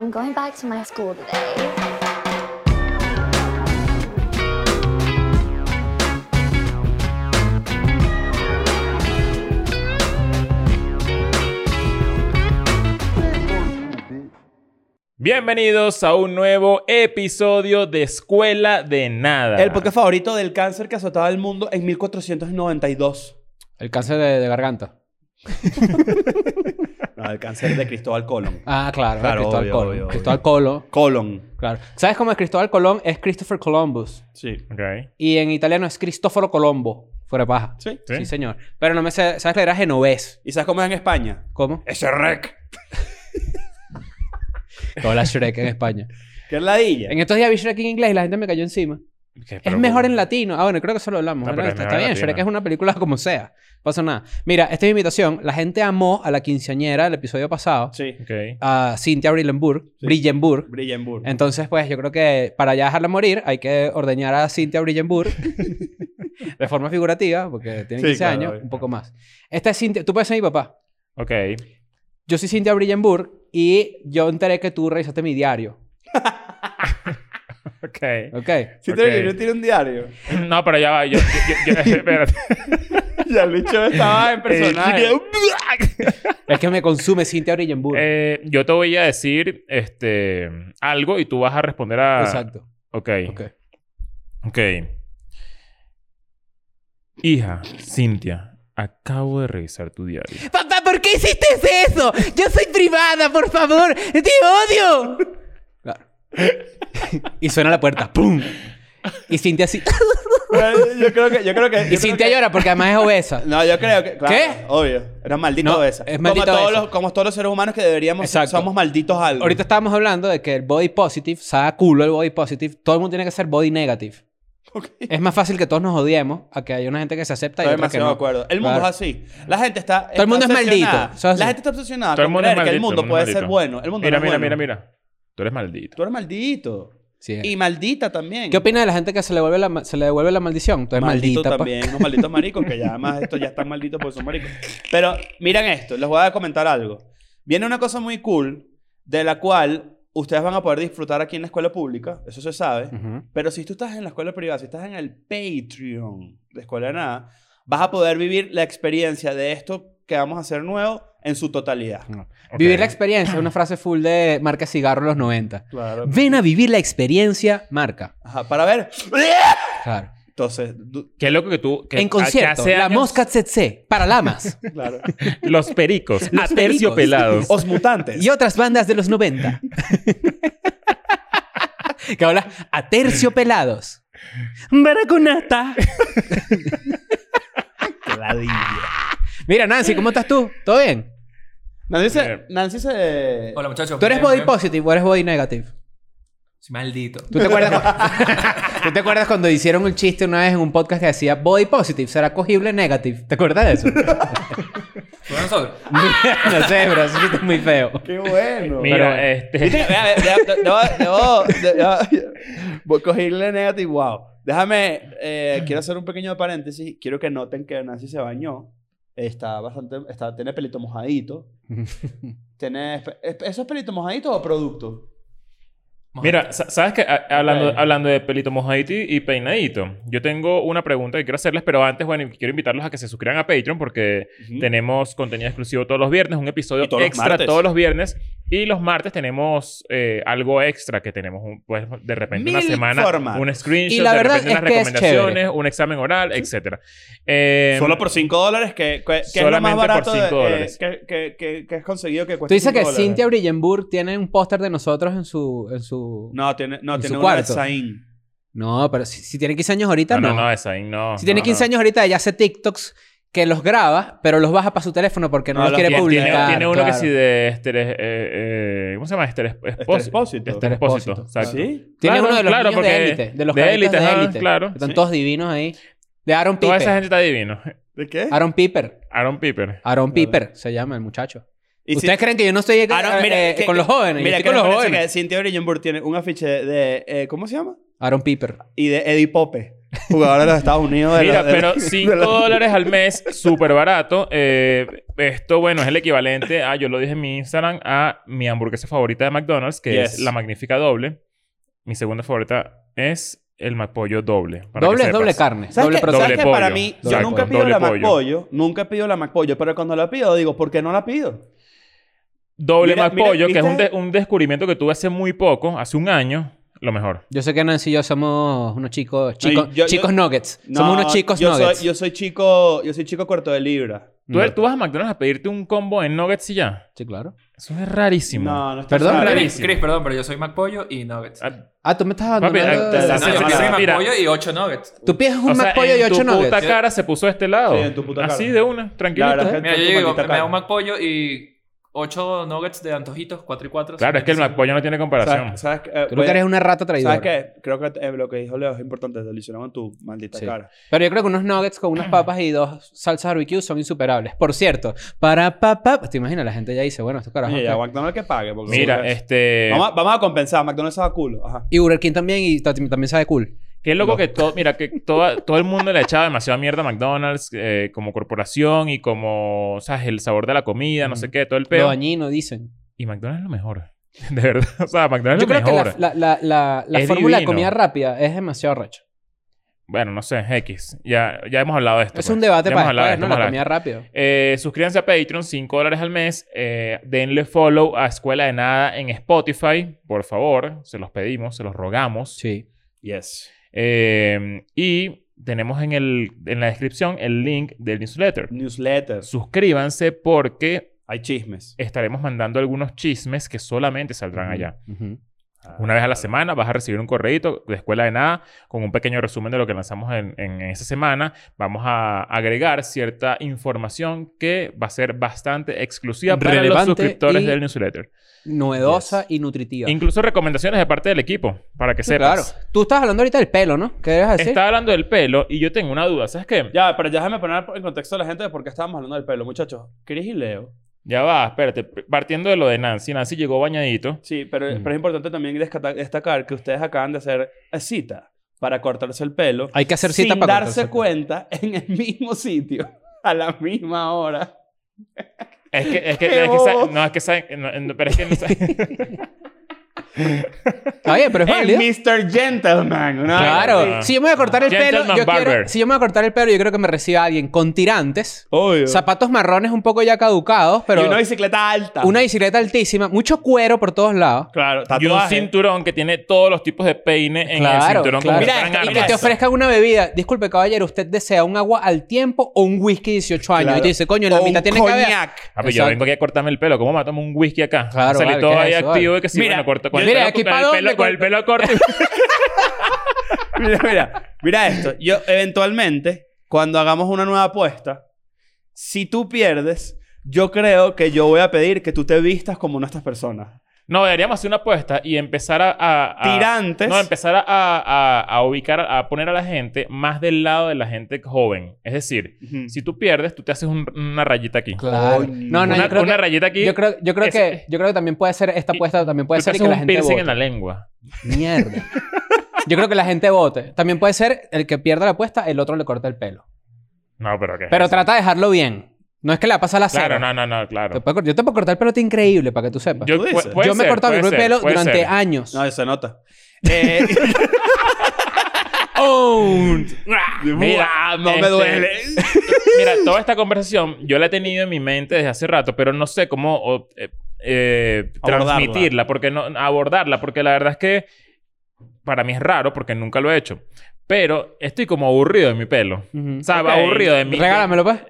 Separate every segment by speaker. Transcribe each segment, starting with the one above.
Speaker 1: I'm going back to my school today.
Speaker 2: Bienvenidos a un nuevo episodio de Escuela de Nada.
Speaker 3: El podcast favorito del cáncer que azotaba el mundo en 1492.
Speaker 4: El cáncer de, de garganta.
Speaker 3: No, el cáncer de Cristóbal Colón.
Speaker 4: Ah, claro.
Speaker 3: Claro,
Speaker 4: Cristóbal
Speaker 3: obvio,
Speaker 4: Colón.
Speaker 3: obvio, obvio.
Speaker 4: Cristóbal Colón.
Speaker 3: Colón.
Speaker 4: Claro. ¿Sabes cómo es Cristóbal Colón? Es Christopher Columbus.
Speaker 3: Sí.
Speaker 2: Ok.
Speaker 4: Y en italiano es Cristóforo Colombo. Fuera de paja.
Speaker 3: Sí.
Speaker 2: Sí.
Speaker 4: Sí, señor. Pero no me sé... ¿Sabes que era genovés?
Speaker 3: ¿Y sabes cómo es en España?
Speaker 4: ¿Cómo?
Speaker 3: Ese rec.
Speaker 4: Hola Shrek en España.
Speaker 3: ¿Qué es ladilla?
Speaker 4: En estos días vi Shrek en inglés y la gente me cayó encima.
Speaker 2: ¿Qué,
Speaker 4: Es
Speaker 2: pero-
Speaker 4: mejor en latino. Ah, bueno, creo que eso lo hablamos.
Speaker 2: No,
Speaker 4: ¿verdad?
Speaker 2: pero es
Speaker 4: está
Speaker 2: mejor
Speaker 4: está
Speaker 2: en
Speaker 4: bien,
Speaker 2: latino.
Speaker 4: Shrek es una película como sea. No pasa nada. Mira, esta es mi invitación. La gente amó a la quinceañera del episodio pasado.
Speaker 3: Sí.
Speaker 2: Ok.
Speaker 4: A Cynthia Brillenburg.
Speaker 3: Sí.
Speaker 4: Brillenburg.
Speaker 3: Brillenburg.
Speaker 4: Entonces, pues yo creo que para ya dejarla morir hay que ordeñar a Cynthia Brillenburg de forma figurativa, porque tiene
Speaker 3: Sí,
Speaker 4: 15
Speaker 3: claro,
Speaker 4: años,
Speaker 3: obvio.
Speaker 4: un poco más. Esta es Cynthia, tú puedes ser mi papá.
Speaker 2: Ok.
Speaker 4: Yo soy Cynthia Brillenburg y yo enteré que tú revisaste mi diario.
Speaker 2: Ok.
Speaker 4: ¿Ok?
Speaker 3: Si
Speaker 2: Ok.
Speaker 3: te no tiene un diario.
Speaker 2: No, pero ya va. Yo, yo- yo- espérate.
Speaker 3: ya el bicho estaba en personaje.
Speaker 4: Es que me consume Cynthia Brillenburg.
Speaker 2: Eh, yo te voy a decir este, algo y tú vas a responder
Speaker 3: ah.
Speaker 2: a.
Speaker 4: Exacto.
Speaker 2: Ok.
Speaker 4: Ok.
Speaker 2: Ok. Hija, Cintia, acabo de revisar tu diario.
Speaker 4: Papá, ¿por qué hiciste eso? Yo soy privada, por favor. Te odio. Claro. y suena la puerta. ¡Pum! Y Cintia así.
Speaker 3: yo creo que... Yo creo que yo
Speaker 4: Y
Speaker 3: creo
Speaker 4: Cintia
Speaker 3: que-
Speaker 4: llora porque además es obesa.
Speaker 3: No, yo creo que... claro,
Speaker 4: ¿Qué?
Speaker 3: Obvio. Era maldito
Speaker 4: No,
Speaker 3: obesa.
Speaker 4: es maldita
Speaker 3: como todos
Speaker 4: obesa.
Speaker 3: los, Como todos los seres humanos que deberíamos...
Speaker 4: Exacto.
Speaker 3: Somos malditos algo.
Speaker 4: Ahorita estábamos hablando de que el body positive, sea culo el body positive, todo el mundo tiene que ser body negative.
Speaker 3: Ok.
Speaker 4: Es más fácil que todos nos odiemos a que haya una gente que se acepta y
Speaker 3: Estoy
Speaker 4: otra que
Speaker 3: demasiado
Speaker 4: no.
Speaker 3: de acuerdo. El mundo
Speaker 4: Claro.
Speaker 3: es así. La gente está.
Speaker 4: Todo el mundo
Speaker 3: está
Speaker 4: es maldito.
Speaker 3: obsesionada.
Speaker 4: Eso es así.
Speaker 3: La gente está obsesionada.
Speaker 2: Todo el
Speaker 3: con
Speaker 2: mundo es
Speaker 3: creer
Speaker 2: maldito.
Speaker 3: que el mundo
Speaker 2: todo
Speaker 3: puede
Speaker 2: es maldito.
Speaker 3: ser bueno. El mundo
Speaker 2: mira,
Speaker 3: no es
Speaker 2: mira,
Speaker 3: bueno.
Speaker 2: mira, mira. Tú eres maldito.
Speaker 3: Tú eres maldito.
Speaker 4: Sí.
Speaker 3: Y maldita también.
Speaker 4: ¿Qué opina de la gente que se le, vuelve la, ma- se le devuelve la maldición? Entonces,
Speaker 3: Maldito
Speaker 4: maldita. pues. pa.
Speaker 3: también, unos malditos maricos, que ya además estos ya están malditos porque son maricos. Pero miren esto, les voy a comentar algo. Viene una cosa muy cool, de la cual ustedes van a poder disfrutar aquí en la escuela pública, eso se sabe.
Speaker 4: Ujú.
Speaker 3: Pero si tú estás en la escuela privada, si estás en el Patreon de Escuela de Nada, vas a poder vivir la experiencia de esto que vamos a hacer nuevo en su totalidad.
Speaker 2: Ok.
Speaker 4: Vivir la experiencia es una frase full de marca cigarro en los 90.
Speaker 3: Claro.
Speaker 4: Ven a vivir la experiencia marca.
Speaker 3: Ajá, para ver.
Speaker 4: Claro.
Speaker 3: Entonces, du-
Speaker 2: Qué loco que tú. Que,
Speaker 4: en
Speaker 2: a- que
Speaker 4: concierto,
Speaker 2: hace
Speaker 4: la
Speaker 2: años-
Speaker 4: mosca tsetse, para lamas
Speaker 3: claro.
Speaker 2: Los pericos.
Speaker 4: Los
Speaker 2: Los terciopelados.
Speaker 3: Os mutantes.
Speaker 4: y otras bandas de los 90. que habla a terciopelados. Baracunata. Mira, Nancy, ¿cómo estás tú? ¿Todo bien?
Speaker 3: Nancy se.
Speaker 2: Bien.
Speaker 3: Nancy se.
Speaker 5: Hola muchachos.
Speaker 4: ¿Tú eres
Speaker 5: Bien,
Speaker 4: body
Speaker 5: bien.
Speaker 4: positive o eres body negative?
Speaker 5: Soy maldito.
Speaker 4: ¿Tú te, acuerdas ¿Tú te acuerdas cuando hicieron un chiste una vez en un podcast que decía body positive será cogible negative? ¿Te acuerdas de eso?
Speaker 5: Bueno, nosotros.
Speaker 4: no sé, pero eso sí es muy feo.
Speaker 3: Qué bueno.
Speaker 2: Mira, este.
Speaker 3: Viste que- vea, vea, vea, Debo, debo, de- debo- voy a cogerle negativo. Wow. Déjame, eh, quiero hacer un pequeño paréntesis. Quiero que noten que Nancy se bañó. Está bastante, está, tiene pelito mojadito. tiene, ¿Eso es pelito mojadito o producto?
Speaker 2: Mira, sa- ¿sabes qué? A- Hablando,
Speaker 3: Ok.
Speaker 2: hablando de pelito mojadito y y peinadito, yo tengo una pregunta que quiero hacerles, pero antes, bueno, quiero invitarlos a que se suscriban a Patreon porque tenemos contenido exclusivo todos los viernes, un episodio
Speaker 3: Y todos los
Speaker 2: extra
Speaker 3: martes.
Speaker 2: todos los viernes. Y los martes tenemos eh, algo extra que tenemos, un- pues, de repente una
Speaker 3: Mil
Speaker 2: semana,
Speaker 3: formatos.
Speaker 2: un screenshot,
Speaker 4: Y la
Speaker 2: de
Speaker 4: verdad
Speaker 2: repente unas
Speaker 4: es que es
Speaker 2: recomendaciones,
Speaker 4: chévere.
Speaker 2: un examen oral, etcétera. Eh,
Speaker 3: Solo por 5 dólares, que, que, que es lo más
Speaker 2: Solamente por
Speaker 3: barato de-
Speaker 2: cinco
Speaker 3: eh,
Speaker 2: dólares.
Speaker 3: que, que, que, que has conseguido que
Speaker 4: Tú
Speaker 3: cuesta
Speaker 4: dices que
Speaker 3: cinco dólares.
Speaker 4: Cynthia Brillenburg tiene un póster de nosotros en su... En su...
Speaker 3: No, tiene, no,
Speaker 4: en
Speaker 3: tiene
Speaker 4: su
Speaker 3: una de
Speaker 4: cuarto.
Speaker 3: Zayn.
Speaker 4: No, pero si, si tiene 15 años ahorita,
Speaker 2: no,
Speaker 4: no.
Speaker 2: no, no, esa ahí no.
Speaker 4: si tiene
Speaker 2: no,
Speaker 4: 15
Speaker 2: no.
Speaker 4: años ahorita, ella hace TikToks que los graba, pero los baja para su teléfono porque no,
Speaker 3: No,
Speaker 4: los
Speaker 3: los
Speaker 4: quiere
Speaker 2: Tiene-
Speaker 4: publicar.
Speaker 2: Tiene, tiene uno
Speaker 4: claro.
Speaker 2: que sí de Estere... eh, eh, ¿Cómo se llama? Estere Espósito.
Speaker 3: Expósito.
Speaker 2: Estere Espósito,
Speaker 4: Expósito.
Speaker 2: exacto.
Speaker 3: Ah, ¿Sí?
Speaker 4: Tiene
Speaker 2: Claro,
Speaker 4: uno de los
Speaker 2: claro,
Speaker 4: niños de
Speaker 2: porque-
Speaker 4: élite. De los
Speaker 2: de
Speaker 4: caritas
Speaker 2: élite,
Speaker 4: de
Speaker 2: ajá,
Speaker 4: élite.
Speaker 2: claro.
Speaker 4: Que Están
Speaker 3: Sí.
Speaker 4: todos divinos ahí. De Aaron
Speaker 2: Toda
Speaker 4: Piper.
Speaker 2: esa gente está divino.
Speaker 3: ¿De qué?
Speaker 4: Aaron Piper.
Speaker 2: Aaron Piper.
Speaker 4: Aaron
Speaker 3: Claro.
Speaker 4: Piper se llama el muchacho.
Speaker 3: Y si-
Speaker 4: ¿Ustedes creen que yo no estoy eh,
Speaker 3: Ah, no, mira,
Speaker 4: eh,
Speaker 3: que-
Speaker 4: con los jóvenes?
Speaker 3: Mira,
Speaker 4: yo
Speaker 3: que
Speaker 4: estoy con los
Speaker 3: parece
Speaker 4: jóvenes.
Speaker 3: que Cynthia Brillenburg tiene un afiche de... eh, ¿Cómo se llama?
Speaker 4: Aaron Piper.
Speaker 3: Y de Eddie Pope. Jugador de los Estados Unidos. de
Speaker 2: Mira,
Speaker 3: la- de la-
Speaker 2: pero
Speaker 3: de la-
Speaker 2: 5 dólares al mes, súper barato. Eh, esto, bueno, es el equivalente a, yo lo dije en mi Instagram, a mi hamburguesa favorita de McDonald's, que es
Speaker 3: Yes.
Speaker 2: la magnífica doble. Mi segunda favorita es el McPollo doble. para que
Speaker 4: Doble es
Speaker 2: sepas.
Speaker 4: doble carne.
Speaker 3: ¿Sabes
Speaker 4: Doble
Speaker 3: qué?
Speaker 4: proceso.
Speaker 3: ¿Sabes qué?
Speaker 2: Doble
Speaker 3: Para
Speaker 2: pollo.
Speaker 3: mí, yo
Speaker 2: Doble
Speaker 3: nunca
Speaker 2: pollo.
Speaker 3: pido la
Speaker 2: Doble pollo.
Speaker 3: McPollo. Nunca pido la McPollo. Pero cuando la pido, digo, ¿por qué no la pido?
Speaker 2: Doble
Speaker 3: Mira, mira,
Speaker 2: McPollo, que es un,
Speaker 3: ¿viste?
Speaker 2: de- un descubrimiento que tuve hace muy poco, hace un año, lo mejor.
Speaker 4: Yo sé que Nancy y yo somos unos chicos, chicos,
Speaker 3: yo- yo-
Speaker 4: chicos nuggets.
Speaker 3: No,
Speaker 4: somos unos chicos
Speaker 3: yo
Speaker 4: nuggets.
Speaker 3: Soy, yo soy chico, yo soy chico cuarto de libra.
Speaker 2: ¿Tú, tú vas a McDonald's a pedirte un combo en nuggets y ya.
Speaker 4: Sí, claro.
Speaker 2: Eso es rarísimo.
Speaker 3: No, no estoy
Speaker 4: Perdón,
Speaker 3: claro.
Speaker 2: Rarísimo.
Speaker 5: Chris, Chris, perdón, pero yo soy McPollo y Nuggets.
Speaker 2: Ah,
Speaker 4: Ah, tú me estás
Speaker 2: Papi,
Speaker 4: abandonando.
Speaker 2: ah,
Speaker 5: No,
Speaker 2: sí,
Speaker 5: yo
Speaker 2: sí,
Speaker 5: soy
Speaker 2: sí, mira.
Speaker 5: McPollo y 8 Nuggets.
Speaker 4: Tú pides un
Speaker 2: o sea,
Speaker 4: McPollo y
Speaker 2: en
Speaker 4: ocho
Speaker 2: tu
Speaker 4: nuggets.
Speaker 2: puta cara se puso de este lado.
Speaker 3: Sí, en tu puta cara.
Speaker 2: Así de una,
Speaker 3: La verdad es
Speaker 2: tranquilito.
Speaker 3: que
Speaker 5: Mira,
Speaker 3: tu
Speaker 5: yo llego,
Speaker 3: maldita
Speaker 5: me hago un
Speaker 3: cara.
Speaker 5: McPollo y 8 Nuggets de antojitos, 4 y 4.
Speaker 2: Claro, es que el McPollo no tiene comparación.
Speaker 3: ¿Sabes, sabes, eh,
Speaker 4: Tú lo
Speaker 2: Pues,
Speaker 3: voy-
Speaker 4: que eres es una rata traidora.
Speaker 3: ¿Sabes qué? Creo que eh, lo que dijo Leo es importante. Te lo hicieron en tu maldita
Speaker 4: Sí.
Speaker 3: cara.
Speaker 4: Pero yo creo que unos nuggets con unas papas y dos salsas barbecue son insuperables. Por cierto, para papá. pues, Te imaginas, la gente ya dice, bueno, estos carajos.
Speaker 3: Oye, ya,
Speaker 4: acá.
Speaker 3: McDonald's que pague. porque-
Speaker 2: Mira,
Speaker 3: Sí,
Speaker 2: este...
Speaker 3: vamos, a, vamos a compensar. McDonald's sabe a culo. Ajá.
Speaker 4: y Burger King también, y tam- también sabe cool.
Speaker 2: Qué loco
Speaker 4: No.
Speaker 2: que todo, mira, que toda- todo el mundo le echaba demasiada mierda a McDonald's eh, como corporación y como, o sea, el sabor de la comida, no sé qué, todo el
Speaker 4: Mm. Lo
Speaker 2: pedo.
Speaker 4: dañino, dicen.
Speaker 2: Y McDonald's es lo mejor. De verdad, o sea, McDonald's
Speaker 4: Yo
Speaker 2: es lo
Speaker 4: creo que
Speaker 2: mejor.
Speaker 4: la, la- la- la- la
Speaker 2: Es
Speaker 4: fórmula de
Speaker 2: divino.
Speaker 4: comida rápida es demasiado recha.
Speaker 2: Bueno, no sé, X. Ya, ya hemos hablado de esto.
Speaker 4: Es
Speaker 2: pues.
Speaker 4: un debate
Speaker 2: Ya
Speaker 4: para
Speaker 2: hemos hablado de esto,
Speaker 4: después, ¿no?
Speaker 2: hemos
Speaker 4: La
Speaker 2: hablado de
Speaker 4: comida rápida.
Speaker 2: Eh, suscríbanse a Patreon, 5 dólares al mes. Eh, denle follow a Escuela de Nada en Spotify, por favor. Se los pedimos, se los rogamos.
Speaker 4: Sí.
Speaker 3: Yes.
Speaker 2: Eh, y tenemos en, el, en la descripción el link del
Speaker 3: Mm.
Speaker 2: newsletter.
Speaker 3: Newsletters.
Speaker 2: Suscríbanse porque
Speaker 3: Hay chismes.
Speaker 2: estaremos mandando algunos chismes que solamente
Speaker 4: Mm.
Speaker 2: saldrán allá.
Speaker 4: Ujú.
Speaker 2: Una vez a la semana vas a recibir un correíto de Escuela de Nada con un pequeño resumen de lo que lanzamos en, en esa semana. Vamos a agregar cierta información que va a ser bastante exclusiva para los
Speaker 4: Relevante
Speaker 2: suscriptores
Speaker 4: y-
Speaker 2: del newsletter.
Speaker 4: Novedosa y nutritiva.
Speaker 2: Incluso recomendaciones de parte del equipo, para que
Speaker 4: Sí,
Speaker 2: sepas.
Speaker 4: Claro. Ah, Tú estás hablando ahorita del pelo, ¿no? ¿Qué debes decir?
Speaker 2: Estaba hablando del pelo y yo tengo una duda. ¿Sabes qué? Ya,
Speaker 3: Ah. Ya, pero ya déjame poner en contexto a la gente de por qué estábamos hablando del pelo. Muchachos, Chris y Leo.
Speaker 2: va, espérate. Partiendo de lo de Nancy. Nancy llegó bañadito.
Speaker 3: Sí, pero,
Speaker 4: Mm.
Speaker 3: pero es importante también descata- destacar que ustedes acaban de hacer eh, cita para cortarse el pelo.
Speaker 4: Hay que hacer cita
Speaker 3: sin
Speaker 4: para
Speaker 3: darse
Speaker 4: cortarse el pelo.
Speaker 3: cuenta en el mismo sitio, a la misma hora.
Speaker 2: Es que, es que,
Speaker 3: ¡Qué
Speaker 2: es que sa-
Speaker 3: bobo!
Speaker 2: no, es que sa- no, no, pero es que no sa-
Speaker 4: Está bien, pero es
Speaker 3: El
Speaker 4: válido.
Speaker 3: Mr. Gentleman. ¿no?
Speaker 4: Claro.
Speaker 2: Sí.
Speaker 4: Si yo me voy a cortar el pelo,
Speaker 2: Gentleman
Speaker 4: yo quiero,
Speaker 2: barber.
Speaker 4: si yo me voy a cortar el pelo, yo creo que me reciba alguien con tirantes,
Speaker 3: Obvio.
Speaker 4: zapatos marrones un poco ya caducados, pero
Speaker 3: y una bicicleta alta.
Speaker 4: una bicicleta altísima, mucho cuero por todos lados.
Speaker 3: Claro,
Speaker 2: Y un
Speaker 3: tatuaje.
Speaker 2: cinturón que tiene todos los tipos de peine en el
Speaker 4: Claro,
Speaker 2: cinturón.
Speaker 4: claro.
Speaker 2: Como si
Speaker 4: Mira,
Speaker 2: fueran
Speaker 4: y que
Speaker 2: armas.
Speaker 4: te ofrezcan una bebida. Disculpe, caballero, ¿usted desea un agua al tiempo o un whisky 18 años?
Speaker 3: Claro.
Speaker 4: Y te dice, coño, la
Speaker 3: O
Speaker 4: mitad
Speaker 3: un
Speaker 4: tiene que haber.
Speaker 3: coñac.
Speaker 2: Ah, pero yo
Speaker 4: Exacto.
Speaker 2: vengo aquí a cortarme el pelo. ¿Cómo matamos un whisky acá?
Speaker 4: Claro,
Speaker 2: Salí
Speaker 4: vale,
Speaker 2: todo
Speaker 4: ¿qué es
Speaker 2: ahí
Speaker 4: eso,
Speaker 2: activo
Speaker 4: vale?
Speaker 2: y que sí,
Speaker 3: Mira,
Speaker 2: bueno, corto con el
Speaker 4: mira,
Speaker 2: pelo,
Speaker 4: aquí
Speaker 2: con
Speaker 4: pa'
Speaker 2: el
Speaker 4: dónde
Speaker 2: pelo, con el pelo corto.
Speaker 3: Mira, mira, mira esto. Yo, eventualmente, cuando hagamos una nueva apuesta, si tú pierdes, yo creo que yo voy a pedir que tú te vistas como una de estas personas.
Speaker 2: no, deberíamos hacer una apuesta y empezar a... a- a-
Speaker 3: Tirantes.
Speaker 2: Ah, No, empezar a, a- a ubicar, a poner a la gente más del lado de la gente joven. Es decir,
Speaker 3: Ujú.
Speaker 2: si tú pierdes, tú te haces un- una rayita aquí.
Speaker 4: Claro.
Speaker 3: Coño.
Speaker 4: No, no,
Speaker 2: una,
Speaker 4: yo creo
Speaker 2: una
Speaker 4: que...
Speaker 2: rayita aquí.
Speaker 4: Yo creo, yo, creo
Speaker 2: Es-
Speaker 4: que, yo creo que también puede ser esta
Speaker 2: Y-
Speaker 4: apuesta,
Speaker 2: tú
Speaker 4: también
Speaker 2: te
Speaker 4: puede ser
Speaker 2: haces
Speaker 4: que la
Speaker 2: un
Speaker 4: gente
Speaker 2: piercing
Speaker 4: vote.
Speaker 2: en la lengua.
Speaker 4: Mierda. Yo creo que la gente vote. También puede ser el que pierda la apuesta, el otro le corta el pelo.
Speaker 2: No, pero ¿qué es
Speaker 4: Pero
Speaker 2: eso?
Speaker 4: trata de dejarlo bien. No es que le va a pasar la cera.
Speaker 2: Claro, no, no, no, claro.
Speaker 4: Te puedo cort- yo te puedo cortar el pelo te increíble para que tú sepas. Yo,
Speaker 2: Yo,
Speaker 3: Tú
Speaker 2: pu-
Speaker 3: dices.
Speaker 2: puede
Speaker 4: me he
Speaker 2: ser,
Speaker 4: cortado mi
Speaker 2: puede
Speaker 4: propio pelo
Speaker 2: ser, puede
Speaker 4: durante
Speaker 2: ser.
Speaker 4: años.
Speaker 3: No, se nota. Eh,
Speaker 2: Mira,
Speaker 3: no me
Speaker 2: este,
Speaker 3: duele.
Speaker 2: Mira, toda esta conversación yo la he tenido en mi mente desde hace rato, pero no sé cómo o, eh, eh,
Speaker 3: Abordarla.
Speaker 2: transmitirla, porque no abordarla, porque la verdad es que para mí es raro porque nunca lo he hecho. Pero estoy como aburrido de mi pelo.
Speaker 4: Ujú.
Speaker 2: O sea,
Speaker 3: Ok.
Speaker 2: aburrido de mi
Speaker 4: Regálamelo, pues.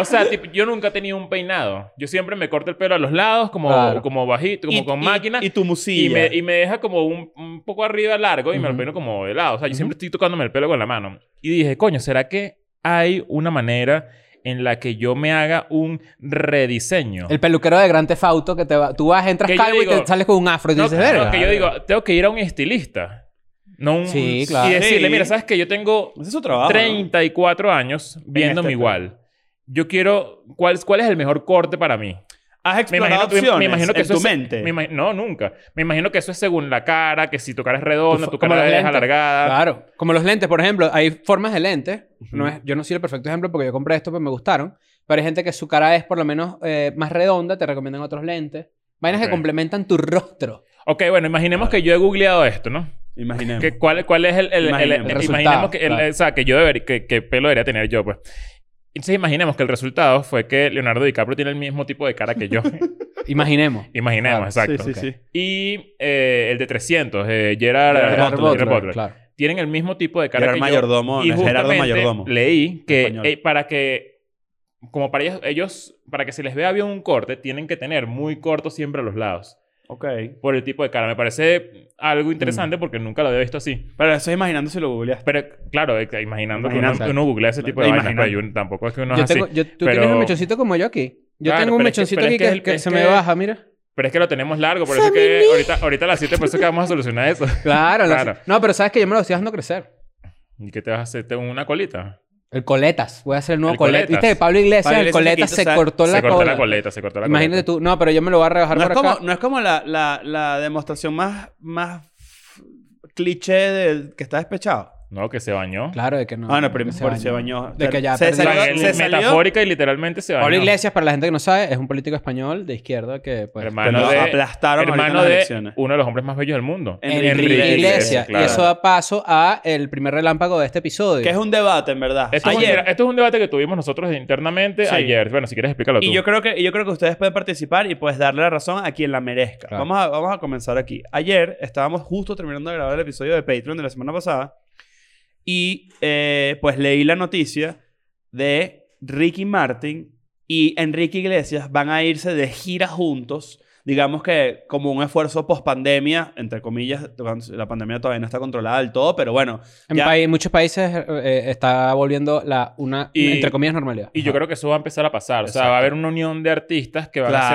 Speaker 2: O sea, tipo, yo nunca he tenido un peinado. Yo siempre me corto el pelo a los lados, como,
Speaker 4: Claro.
Speaker 2: como bajito, como
Speaker 3: y-
Speaker 2: con
Speaker 3: y-
Speaker 2: máquina.
Speaker 3: Y, tu
Speaker 2: Y
Speaker 3: musilla.
Speaker 2: me, y me deja como un, un poco arriba largo y me lo
Speaker 4: Ujú.
Speaker 2: peino como de lado. O sea, yo siempre estoy tocándome el pelo con la mano. Y dije, coño, ¿será que hay una manera en la que yo me haga un rediseño?
Speaker 4: El peluquero de Gran Tefauto que te va... Tú vas, entras
Speaker 2: Que yo
Speaker 4: calvo y
Speaker 2: digo-
Speaker 4: te sales con un afro y te
Speaker 2: no,
Speaker 4: dices,
Speaker 2: no,
Speaker 4: verga.
Speaker 2: que yo digo, tengo que ir a un estilista. No un...
Speaker 4: Sí, claro.
Speaker 2: Y decirle,
Speaker 3: Sí.
Speaker 2: mira, ¿sabes qué? Yo tengo
Speaker 3: Ese es su trabajo. ¿no?
Speaker 2: 34 años viéndome
Speaker 3: este
Speaker 2: igual. Yo quiero... ¿cuál, ¿Cuál es el mejor corte para mí?
Speaker 3: ¿Has
Speaker 2: Me
Speaker 3: explorado
Speaker 2: imagino, que-
Speaker 3: opciones
Speaker 2: me imagino que
Speaker 3: en
Speaker 2: eso
Speaker 3: tu
Speaker 2: es-
Speaker 3: mente?
Speaker 2: me imag- no, nunca. Me imagino que eso es según la cara, que si tu cara es redonda,
Speaker 4: fa-
Speaker 2: tu,
Speaker 4: como
Speaker 2: cara
Speaker 4: los
Speaker 2: es
Speaker 4: lentes.
Speaker 2: alargada.
Speaker 4: Claro. Como los lentes, por ejemplo, hay formas de lentes. no es, yo no soy el perfecto ejemplo porque yo compré esto, pero me gustaron. Pero hay gente que su cara es por lo menos eh, más redonda, te recomiendan otros lentes. Vainas
Speaker 2: Ok.
Speaker 4: que complementan tu rostro.
Speaker 2: Ok, bueno, imaginemos que yo he googleado esto, ¿no?
Speaker 3: Imaginemos.
Speaker 2: Que cuál, ¿Cuál es el, el- el-
Speaker 3: Imaginemos.
Speaker 2: el-
Speaker 4: El
Speaker 2: imaginemos
Speaker 4: resultado,
Speaker 2: que, el-
Speaker 4: claro.
Speaker 2: o sea, que yo debería, que, que pelo debería tener yo, pues. Entonces imaginemos que el resultado fue que Leonardo DiCaprio tiene el mismo tipo de cara que yo.
Speaker 4: Imaginemos.
Speaker 2: imaginemos,
Speaker 3: Claro,
Speaker 2: exacto.
Speaker 3: Sí, sí,
Speaker 4: Ok.
Speaker 3: sí.
Speaker 2: Y eh, el de 300, eh, Gerard,
Speaker 3: Gerard
Speaker 2: Gerard Butler,
Speaker 3: Butler,
Speaker 2: Gerard Butler.
Speaker 4: Claro.
Speaker 2: Tienen el mismo tipo de cara
Speaker 3: Gerard
Speaker 2: que
Speaker 3: Mayordomo,
Speaker 2: yo. Y
Speaker 3: no es Gerardo
Speaker 2: justamente
Speaker 3: Mayordomo.
Speaker 2: leí que
Speaker 3: Español.
Speaker 2: eh, para que... Como para ellos, ellos, para que se les vea bien un corte, tienen que tener muy corto siempre a los lados.
Speaker 3: Ok.
Speaker 2: Por el tipo de cara. Me parece algo
Speaker 3: Mm.
Speaker 2: interesante porque nunca lo había visto así.
Speaker 3: Pero eso es imaginando si lo googleaste.
Speaker 2: Pero, claro, eh, imaginando que
Speaker 3: Imaginando.
Speaker 2: uno, uno googlea ese tipo de vainas,
Speaker 3: Imaginando.
Speaker 2: pero yo tampoco es que uno es
Speaker 4: Yo tengo,
Speaker 2: así.
Speaker 4: yo- tú
Speaker 2: pero-
Speaker 4: tienes un mechoncito como yo aquí. Yo
Speaker 2: Claro,
Speaker 4: tengo un
Speaker 2: pero es que-
Speaker 4: mechoncito
Speaker 2: pero es
Speaker 4: aquí
Speaker 2: que
Speaker 4: que,
Speaker 2: es el-
Speaker 4: que
Speaker 2: es
Speaker 4: se me
Speaker 2: que-
Speaker 4: baja, mira.
Speaker 2: Pero es que lo tenemos largo, por eso es que ahorita, ahorita a las 7, por eso que vamos a solucionar eso.
Speaker 4: Claro, lo-
Speaker 2: Claro.
Speaker 4: No, pero sabes que yo me lo estoy dejando crecer.
Speaker 2: ¿Y qué te vas a hacer? ¿Te- ¿Una colita?
Speaker 4: El coletas. Voy a hacer el nuevo
Speaker 2: El
Speaker 4: coletas.
Speaker 2: coletas.
Speaker 4: ¿Viste? que Pablo Iglesias,
Speaker 3: Pablo
Speaker 4: el
Speaker 3: Iglesias
Speaker 4: coletas
Speaker 3: se
Speaker 4: se
Speaker 3: quitó esa-
Speaker 4: cortó la
Speaker 2: se cortó
Speaker 4: cola.
Speaker 2: la coleta, se cortó la coleta.
Speaker 4: Imagínate tú. No, pero yo me lo voy a rebajar
Speaker 3: No es,
Speaker 4: por
Speaker 3: como,
Speaker 4: acá.
Speaker 3: no es como la, la, la demostración más, más cliché de que está despechado.
Speaker 2: No, que se bañó.
Speaker 4: Claro, de que no.
Speaker 3: Ah, no, pero
Speaker 4: de que
Speaker 3: por- se bañó.
Speaker 4: De que ya
Speaker 3: Se
Speaker 2: O sea,
Speaker 4: perdió.
Speaker 3: salió-
Speaker 2: él
Speaker 3: se salió-
Speaker 2: metafórica y literalmente se bañó.
Speaker 4: Pablo Iglesias, para la gente que no sabe, es un político español de izquierda que, pues...
Speaker 2: hermano
Speaker 3: Pero
Speaker 2: de,
Speaker 3: aplastaron ahorita
Speaker 2: hermano
Speaker 3: en las
Speaker 2: de
Speaker 3: elecciones.
Speaker 2: uno de los hombres más bellos del mundo.
Speaker 4: Enrique,
Speaker 3: Enrique
Speaker 4: Iglesias.
Speaker 3: Iglesias,
Speaker 4: Y
Speaker 2: claro.
Speaker 4: eso da paso a el primer relámpago de este episodio.
Speaker 3: Que es un debate, en verdad.
Speaker 2: Esto, es un,
Speaker 3: Ayer.
Speaker 2: deba- esto es un debate que tuvimos nosotros internamente
Speaker 3: Sí.
Speaker 2: ayer. Bueno, si quieres explícalo tú.
Speaker 3: Y yo creo que y yo creo que ustedes pueden participar y pues darle la razón a quien la merezca.
Speaker 4: Claro.
Speaker 3: Vamos, a, vamos a comenzar aquí. Ayer estábamos justo terminando de grabar el episodio de Patreon de la semana pasada y eh, pues leí la noticia de Ricky Martin y Enrique Iglesias van a irse de gira juntos. Digamos que como un esfuerzo post pandemia, entre comillas, la pandemia todavía no está controlada del todo, pero bueno,
Speaker 4: en
Speaker 3: ya-
Speaker 4: paí- muchos países eh, eh, está volviendo la una,
Speaker 2: Y-
Speaker 4: entre comillas, normalidad.
Speaker 2: Y yo creo que eso va a empezar a pasar. O sea,
Speaker 3: Exacto.
Speaker 2: va a haber una unión de artistas que van a
Speaker 3: Claro.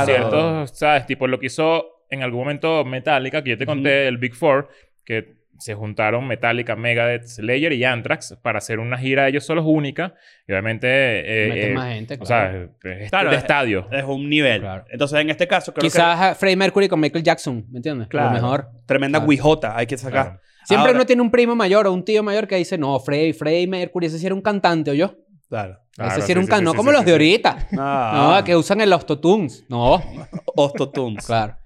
Speaker 2: hacer como conciertos, ¿sabes? Tipo lo que hizo en algún momento Metallica, que yo te conté, el Big Four, que se juntaron Metallica, Megadeth, Slayer y Anthrax para hacer una gira ellos solos única. Y obviamente, eh,
Speaker 4: Meten
Speaker 2: eh,
Speaker 4: más gente,
Speaker 2: o
Speaker 4: claro.
Speaker 2: sea, es- es
Speaker 3: Claro,
Speaker 2: de
Speaker 3: es-
Speaker 2: estadio.
Speaker 3: es un nivel.
Speaker 4: Claro.
Speaker 3: Entonces, en este caso, creo
Speaker 4: Quizás a Freddie Mercury con Michael Jackson, ¿me entiendes?
Speaker 3: Claro.
Speaker 4: Lo mejor.
Speaker 3: que tremenda
Speaker 4: Claro.
Speaker 3: guijota hay que sacar.
Speaker 2: Claro.
Speaker 4: Siempre
Speaker 3: Ahora-
Speaker 4: uno tiene un primo mayor o un tío mayor que dice, no, Freddie, Freddie Mercury, ese sí era un cantante, o yo.
Speaker 3: Claro.
Speaker 2: Claro,
Speaker 4: ese sí,
Speaker 2: sí,
Speaker 4: era un
Speaker 2: sí,
Speaker 4: cantante.
Speaker 2: sí,
Speaker 4: no como
Speaker 2: sí,
Speaker 4: los
Speaker 2: sí,
Speaker 4: de
Speaker 2: sí.
Speaker 4: ahorita.
Speaker 3: Ah,
Speaker 4: No, que usan el Ostotunes. No,
Speaker 3: Ostotunes.
Speaker 4: claro.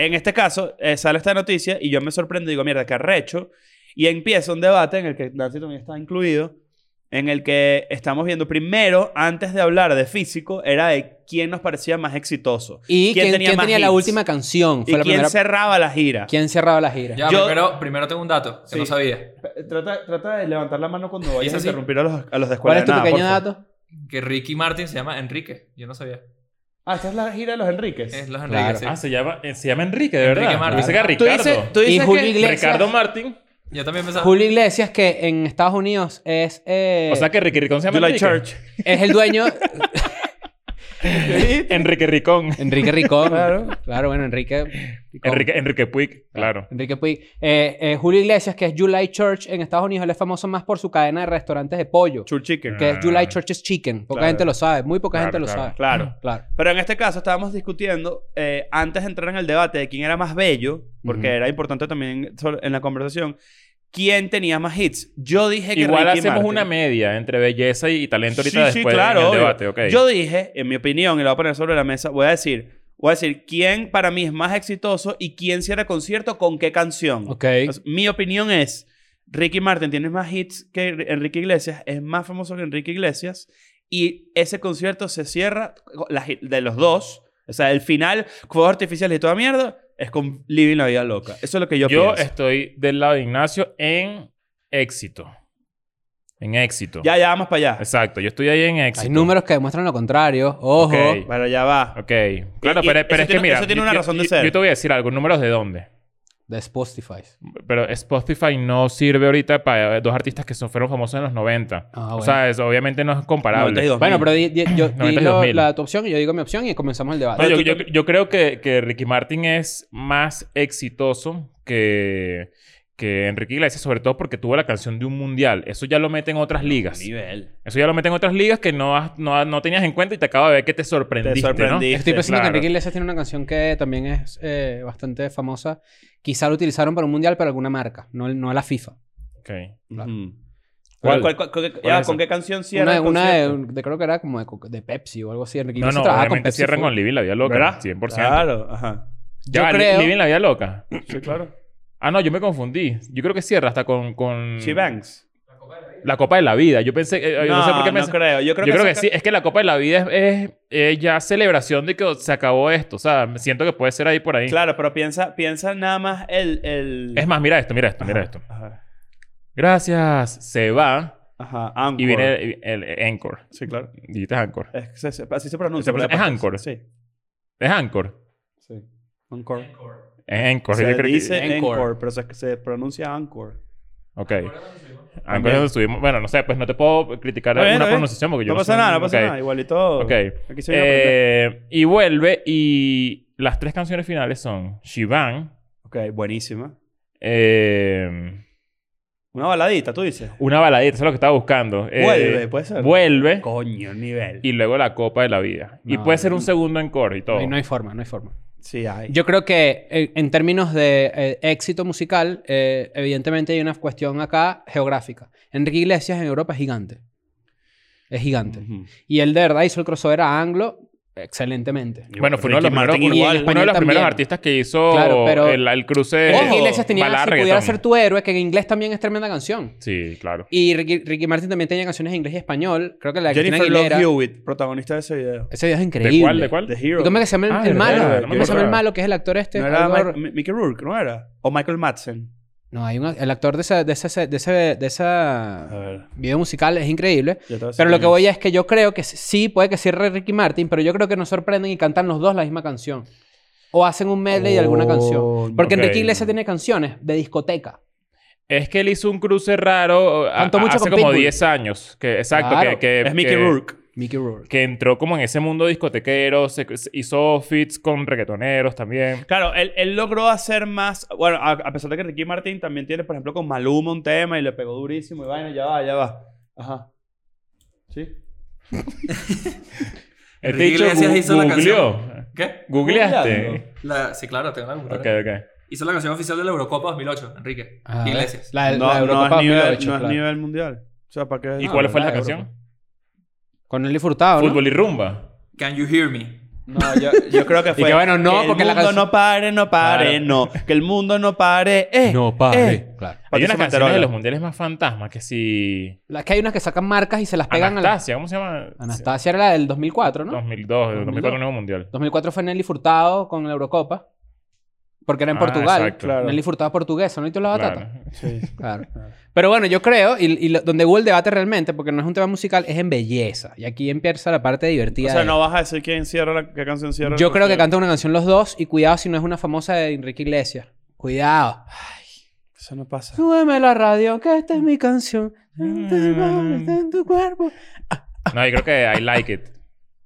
Speaker 3: En este caso, eh, sale esta noticia y yo me sorprendo y digo, mierda, qué arrecho. Y empieza un debate en el que Nancy también está incluido, en el que estamos viendo primero, antes de hablar de físico, era de quién nos parecía más exitoso.
Speaker 4: ¿Y quién, quién tenía,
Speaker 3: más
Speaker 4: la
Speaker 3: hits?
Speaker 4: última canción?
Speaker 3: ¿Y
Speaker 4: Fue la
Speaker 3: quién
Speaker 4: primera.
Speaker 3: cerraba la gira?
Speaker 4: ¿Quién cerraba la gira?
Speaker 5: Ya,
Speaker 3: Yo-
Speaker 5: primero, primero tengo un dato que
Speaker 3: Sí.
Speaker 5: no sabía.
Speaker 3: P- Eh, Trata, trata de levantar la mano cuando vayas
Speaker 5: ¿Es
Speaker 3: a
Speaker 5: así?
Speaker 3: interrumpir a los, a los de escuela.
Speaker 4: ¿Cuál es tu
Speaker 3: de nada,
Speaker 4: pequeño
Speaker 3: porfa.
Speaker 4: dato?
Speaker 5: Que Ricky Martin se llama Enrique. Yo no sabía.
Speaker 3: Ah, esta es la gira de los Enríquez.
Speaker 5: Es los
Speaker 4: Claro.
Speaker 5: Enrique,
Speaker 2: Ah,
Speaker 5: sí.
Speaker 2: se llama, eh, se llama Enrique, de
Speaker 5: Enrique
Speaker 2: verdad.
Speaker 5: Martin.
Speaker 2: Dice que
Speaker 3: Tú
Speaker 2: Ricardo.
Speaker 3: dices, tú
Speaker 4: Y
Speaker 3: dices
Speaker 4: Julio
Speaker 3: que-
Speaker 4: Iglesias.
Speaker 2: Ricardo Martin.
Speaker 5: Yo también pensaba.
Speaker 4: Julio Iglesias, que en Estados Unidos es, eh,
Speaker 2: O sea que Ricky Ricón se llama
Speaker 3: July
Speaker 2: Enrique.
Speaker 3: Church.
Speaker 4: es el dueño.
Speaker 2: Enrique Ricón.
Speaker 4: Enrique Ricón.
Speaker 3: Claro.
Speaker 4: Claro, bueno, Enrique. Ricón.
Speaker 2: Enrique, Enrique Puig, claro.
Speaker 4: Enrique Puig. Eh, eh, Julio Iglesias, que es July Church en Estados Unidos, él es famoso más por su cadena de restaurantes de pollo.
Speaker 3: Chur Chicken.
Speaker 4: que es July
Speaker 2: Ah.
Speaker 4: Church's Chicken. Poca
Speaker 3: Claro.
Speaker 4: gente lo sabe, muy poca
Speaker 2: Claro,
Speaker 4: gente lo
Speaker 2: claro.
Speaker 4: sabe.
Speaker 3: Claro.
Speaker 4: Claro.
Speaker 3: Pero en este caso estábamos discutiendo, eh, antes de entrar en el debate de quién era más bello, porque
Speaker 4: Ujú.
Speaker 3: era importante también sobre- en la conversación, quién tenía más hits. Yo dije que
Speaker 2: Igual
Speaker 3: Ricky
Speaker 2: hacemos
Speaker 3: Martin.
Speaker 2: una media entre belleza y talento ahorita
Speaker 3: Sí, sí,
Speaker 2: después
Speaker 3: claro.
Speaker 2: en el
Speaker 3: obvio.
Speaker 2: debate, ok.
Speaker 3: Yo dije, en mi opinión, y lo voy a poner sobre la mesa, voy a decir, voy a decir quién para mí es más exitoso y quién cierra concierto con qué canción.
Speaker 4: Ok.
Speaker 3: Entonces, mi opinión es, Ricky Martin tiene más hits que Enrique Iglesias, es más famoso que Enrique Iglesias y ese concierto se cierra con la hit de los dos, o sea, el final, fuegos artificiales y toda mierda, es con Living la Vida Loca. Eso es lo que yo,
Speaker 2: Yo
Speaker 3: pienso.
Speaker 2: estoy del lado de Ignacio en éxito. En éxito.
Speaker 3: Ya, ya vamos para allá.
Speaker 2: Exacto, yo estoy ahí en éxito.
Speaker 4: Hay números que demuestran lo contrario. Ojo.
Speaker 2: Ok.
Speaker 3: Para allá va.
Speaker 2: Ok. Claro,
Speaker 3: Y-
Speaker 2: pero,
Speaker 3: y
Speaker 2: pero
Speaker 3: eso
Speaker 2: es que
Speaker 3: tiene-
Speaker 2: mira.
Speaker 3: eso tiene una
Speaker 2: yo-
Speaker 3: razón
Speaker 2: yo-
Speaker 3: de ser.
Speaker 2: Yo te voy a decir algo. ¿Números de dónde?
Speaker 4: De Spotify.
Speaker 2: Pero Spotify no sirve ahorita para dos artistas que son, fueron famosos en los 90.
Speaker 4: Ah, bueno.
Speaker 2: O sea, eso obviamente no es comparable.
Speaker 3: 92.000.
Speaker 4: Bueno, pero di- di- yo di
Speaker 2: 92.000.
Speaker 4: lo- la tu opción y yo digo mi opción y comenzamos el
Speaker 2: No,
Speaker 4: debate.
Speaker 3: Pero
Speaker 2: yo,
Speaker 3: tú
Speaker 2: yo-
Speaker 3: también-
Speaker 2: yo creo que, que Ricky Martin es más exitoso que, que Enrique Iglesias, sobre todo porque tuvo la canción de un mundial. Eso ya lo mete en otras ligas.
Speaker 3: Nivel.
Speaker 2: Eso ya lo meten en otras ligas que no, has- no, no tenías en cuenta y te acabo de ver que te sorprendiste.
Speaker 3: Te sorprendí.
Speaker 4: Estoy pensando
Speaker 2: claro.
Speaker 4: que Enrique Iglesias tiene una canción que también es eh, bastante famosa. Quizá lo utilizaron para un mundial, pero alguna marca, no, no la FIFA.
Speaker 2: ¿no? Ok.
Speaker 3: Ujú.
Speaker 2: ¿Cuál?
Speaker 3: ¿Cuál- cuál- cuál- cuál-
Speaker 2: ¿Cuál
Speaker 3: ya,
Speaker 2: es
Speaker 3: ¿Con
Speaker 2: esa?
Speaker 3: qué canción
Speaker 4: Una,
Speaker 3: cierra?
Speaker 4: de-
Speaker 3: el
Speaker 4: una de,
Speaker 3: concierto?
Speaker 4: de- creo que era como de, Coca- de Pepsi o algo así. Enrique
Speaker 2: No,
Speaker 4: Iglesias
Speaker 2: no,
Speaker 4: trabajaba con
Speaker 2: obviamente
Speaker 4: Pepsi
Speaker 2: cierran
Speaker 4: full.
Speaker 2: con Living la Vida Loca.
Speaker 3: ¿Verdad?
Speaker 2: 100%.
Speaker 3: Claro, ajá.
Speaker 4: Yo
Speaker 2: Ya, Li-
Speaker 4: creo-
Speaker 2: Living la Vida Loca.
Speaker 3: Sí, claro.
Speaker 2: Ah, no, yo me confundí. Yo creo que cierra hasta con. con
Speaker 3: She-Bangs.
Speaker 2: La Copa de la Vida. Yo pensé. eh, eh, no, sé por qué me.
Speaker 3: creo. Yo creo
Speaker 2: yo
Speaker 3: que,
Speaker 2: creo que
Speaker 3: esa-
Speaker 2: sí. Es que la Copa de la Vida es, es, eh, ya celebración de que se acabó esto. O sea, me siento que puede ser ahí por ahí.
Speaker 3: Claro, pero piensa, piensa nada más el... el...
Speaker 2: Es más, mira esto, mira esto, mira esto.
Speaker 3: Ajá.
Speaker 2: Gracias. Se va.
Speaker 3: Ajá. Anchor.
Speaker 2: Y viene el, el- el Anchor.
Speaker 3: Sí, claro.
Speaker 2: Dijiste Anchor.
Speaker 3: Es que se- se- así se pronuncia.
Speaker 2: Se pronuncia-
Speaker 3: pero-
Speaker 2: es Anchor.
Speaker 3: Sí.
Speaker 2: Es Anchor.
Speaker 3: Sí. Anchor.
Speaker 2: Es Anchor.
Speaker 3: Se
Speaker 2: yo creo que-
Speaker 3: dice
Speaker 4: Anchor.
Speaker 3: Anchor, pero se, se pronuncia Anchor.
Speaker 2: Ok. Anchor es donde estuvimos. Bueno, no sé, pues no te puedo criticar
Speaker 3: Está bien,
Speaker 2: una
Speaker 3: está bien.
Speaker 2: pronunciación porque yo
Speaker 3: eh. No pasa
Speaker 2: sé-
Speaker 3: nada, no pasa
Speaker 2: ok.
Speaker 3: nada. Igualito.
Speaker 2: Ok.
Speaker 3: Aquí se viene a aprender.
Speaker 2: Eh, y vuelve y las tres canciones finales son Shivan,
Speaker 3: Ok, buenísima.
Speaker 2: eh,
Speaker 3: Una baladita, tú dices.
Speaker 2: una baladita, eso es lo que estaba buscando. Eh,
Speaker 3: Vuelve, puede ser.
Speaker 2: Vuelve
Speaker 3: Coño, nivel.
Speaker 2: y luego la Copa de la Vida. y
Speaker 4: No,
Speaker 2: puede ser un
Speaker 4: no.
Speaker 2: segundo encore y todo.
Speaker 4: No hay- no hay forma, no hay forma.
Speaker 3: Sí, hay.
Speaker 4: Yo creo que eh, en términos de eh, éxito musical, eh, evidentemente hay una cuestión acá geográfica. Enrique Iglesias en Europa es gigante. Es gigante.
Speaker 3: Ujú.
Speaker 4: Y él de verdad hizo el crossover a anglo excelentemente.
Speaker 2: Bueno, fue uno de los, primeros,
Speaker 3: Ricky Martin
Speaker 2: uno-
Speaker 4: igual. Y en
Speaker 2: uno de los
Speaker 4: español
Speaker 2: primeros
Speaker 4: también.
Speaker 2: artistas que hizo
Speaker 4: Claro, pero-
Speaker 2: el, el cruce.
Speaker 4: Enrique Iglesias tenía
Speaker 2: balada,
Speaker 4: Si pudiera
Speaker 2: reggaetón.
Speaker 4: ser tu héroe, que en inglés también es tremenda canción.
Speaker 2: Sí, claro.
Speaker 4: Y Ricky, Ricky Martin también tenía canciones en inglés y español. Creo que la de Cristina
Speaker 3: Jennifer Love
Speaker 4: Aguilera.
Speaker 3: Hewitt, protagonista de ese video.
Speaker 4: Ese video es increíble.
Speaker 2: ¿De cuál? ¿De cuál?
Speaker 3: The
Speaker 4: ¿Y
Speaker 3: Hero.
Speaker 4: cómo es que se llama el,
Speaker 2: Ah,
Speaker 4: el
Speaker 2: de
Speaker 4: malo?
Speaker 2: verdad,
Speaker 3: no me
Speaker 4: ¿Cómo se llama el
Speaker 2: acordaba.
Speaker 4: malo que es el actor este?
Speaker 3: No era
Speaker 4: Algor-
Speaker 3: Mi- Mickey Rourke, ¿no era? O Michael Madsen.
Speaker 4: No, hay un, el actor de esa, de ese, de ese, de
Speaker 3: A
Speaker 4: esa
Speaker 3: ver.
Speaker 4: video musical es increíble.
Speaker 3: yo te voy a decir
Speaker 4: Pero lo que
Speaker 3: quién
Speaker 4: voy es que yo creo que sí puede que cierre Ricky Martin, pero yo creo que nos sorprenden y cantan los dos la misma canción. O hacen un medley de alguna
Speaker 3: Oh,
Speaker 4: canción. Porque
Speaker 2: ok.
Speaker 4: Enrique Iglesias tiene canciones de discoteca.
Speaker 2: Es que él hizo un cruce raro eh, a-
Speaker 4: Cantó mucho
Speaker 2: hace
Speaker 4: con
Speaker 2: como
Speaker 4: Pitbull.
Speaker 2: 10 años. Que, exacto.
Speaker 4: Claro.
Speaker 2: que- que-
Speaker 3: es. Es Mickey
Speaker 2: que-
Speaker 3: Rourke.
Speaker 4: Mickey Rourke.
Speaker 2: que entró como en ese mundo discotequero, se, se hizo fits con reggaetoneros también.
Speaker 3: Claro, él, él logró hacer más. Bueno, a, a pesar de que Ricky Martin también tiene, por ejemplo, con Maluma un tema y le pegó durísimo y vaina, ya va, ya va. Ajá. ¿Sí?
Speaker 2: El
Speaker 5: Enrique
Speaker 2: dicho
Speaker 5: Iglesias
Speaker 2: gu-
Speaker 5: hizo la
Speaker 2: googleó.
Speaker 5: ¿Qué?
Speaker 2: Googleaste.
Speaker 3: Googleando.
Speaker 5: La- sí, claro, tengo la computadora.
Speaker 2: Ok, ok.
Speaker 5: Hizo la canción oficial de la Eurocopa 2008, Enrique.
Speaker 4: Ah,
Speaker 5: Iglesias.
Speaker 4: La,
Speaker 3: no,
Speaker 4: la de
Speaker 3: no,
Speaker 4: Eurocopa
Speaker 3: es nivel,
Speaker 4: 2008,
Speaker 3: no es
Speaker 4: claro.
Speaker 3: nivel mundial. O sea, ¿para qué?
Speaker 2: ¿Y
Speaker 3: Ah,
Speaker 2: cuál fue la
Speaker 4: la de
Speaker 2: canción?
Speaker 4: Con Nelly Furtado, ¿no?
Speaker 2: Fútbol y rumba.
Speaker 5: Can you hear me?
Speaker 3: No, yo, yo creo que fue.
Speaker 4: que bueno, no,
Speaker 3: el
Speaker 4: porque la
Speaker 3: mundo
Speaker 4: canción-
Speaker 3: no pare, no pare, no. Que el mundo no pare, eh. eh.
Speaker 4: Claro.
Speaker 2: Hay
Speaker 3: Patricio
Speaker 2: unas canciones
Speaker 3: Manterola.
Speaker 2: de los mundiales más fantasmas que si...
Speaker 4: La- que hay unas que sacan marcas y se las pegan
Speaker 2: Anastasia, ¿cómo se llama?
Speaker 4: a la... Anastasia era la del 2004, ¿no?
Speaker 2: 2002, 2004 nuevo mundial.
Speaker 4: 2004 fue Nelly Furtado con la Eurocopa. Porque era en
Speaker 2: Ah,
Speaker 4: Portugal.
Speaker 2: exacto.
Speaker 3: Claro.
Speaker 4: Nelly Furtado es portuguesa, ¿no? Y tú la batata.
Speaker 2: Claro.
Speaker 3: Sí.
Speaker 4: Claro. Pero bueno, yo creo, y, y lo- donde hubo el debate realmente, porque no es un tema musical, es en belleza. Y aquí empieza la parte divertida.
Speaker 3: O sea,
Speaker 4: de-
Speaker 3: no vas a decir quién cierra la, qué canción cierra. el
Speaker 4: yo creo que
Speaker 3: concierto.
Speaker 4: canta una canción los dos, y cuidado si no es una famosa de Enrique Iglesias. Cuidado.
Speaker 3: Eso no pasa.
Speaker 4: Súbeme la radio, que esta es mi canción. Siente el baile, está en tu cuerpo.
Speaker 2: No, yo creo que I Like It.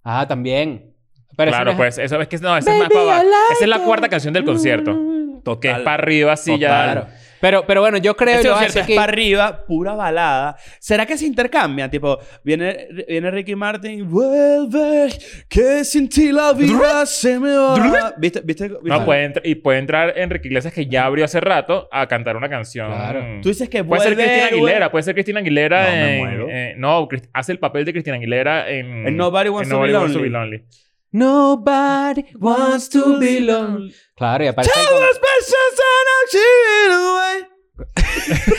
Speaker 4: Ah, también. Pero eso
Speaker 2: claro,
Speaker 4: no es-
Speaker 2: pues eso es que no, esa es más
Speaker 4: Baby,
Speaker 2: para abajo.
Speaker 4: I like
Speaker 2: Esa es la
Speaker 4: it.
Speaker 2: cuarta canción del concierto. Que es
Speaker 3: Total.
Speaker 2: para arriba así ya.
Speaker 4: Claro. Pero, pero bueno, yo creo
Speaker 3: Este
Speaker 4: yo voy a
Speaker 3: concierto es
Speaker 4: decir
Speaker 3: para
Speaker 4: que-
Speaker 3: arriba, pura balada. ¿Será que se intercambian? Tipo, viene, viene Ricky Martin, vuelve, que sin ti la vida se me va. ¿Viste? ¿Viste? viste?
Speaker 2: No, puede entr- y puede entrar Enrique Iglesias, que ya abrió hace rato, a cantar una canción.
Speaker 4: Claro.
Speaker 3: Tú dices que
Speaker 2: Puede
Speaker 3: vuelve.
Speaker 2: ser Cristina
Speaker 3: güey.
Speaker 2: Aguilera, puede ser Cristina Aguilera
Speaker 3: No, me
Speaker 2: en-
Speaker 3: muero.
Speaker 2: eh, no, Crist- hace el papel de Cristina Aguilera en...
Speaker 3: En Nobody Wants to Be
Speaker 2: Wants
Speaker 3: Lonely.
Speaker 2: Lonely.
Speaker 4: Nobody wants to be lonely. Claro, y aparece. ahí
Speaker 3: Tell
Speaker 4: con-
Speaker 3: those precious that I'm giving away.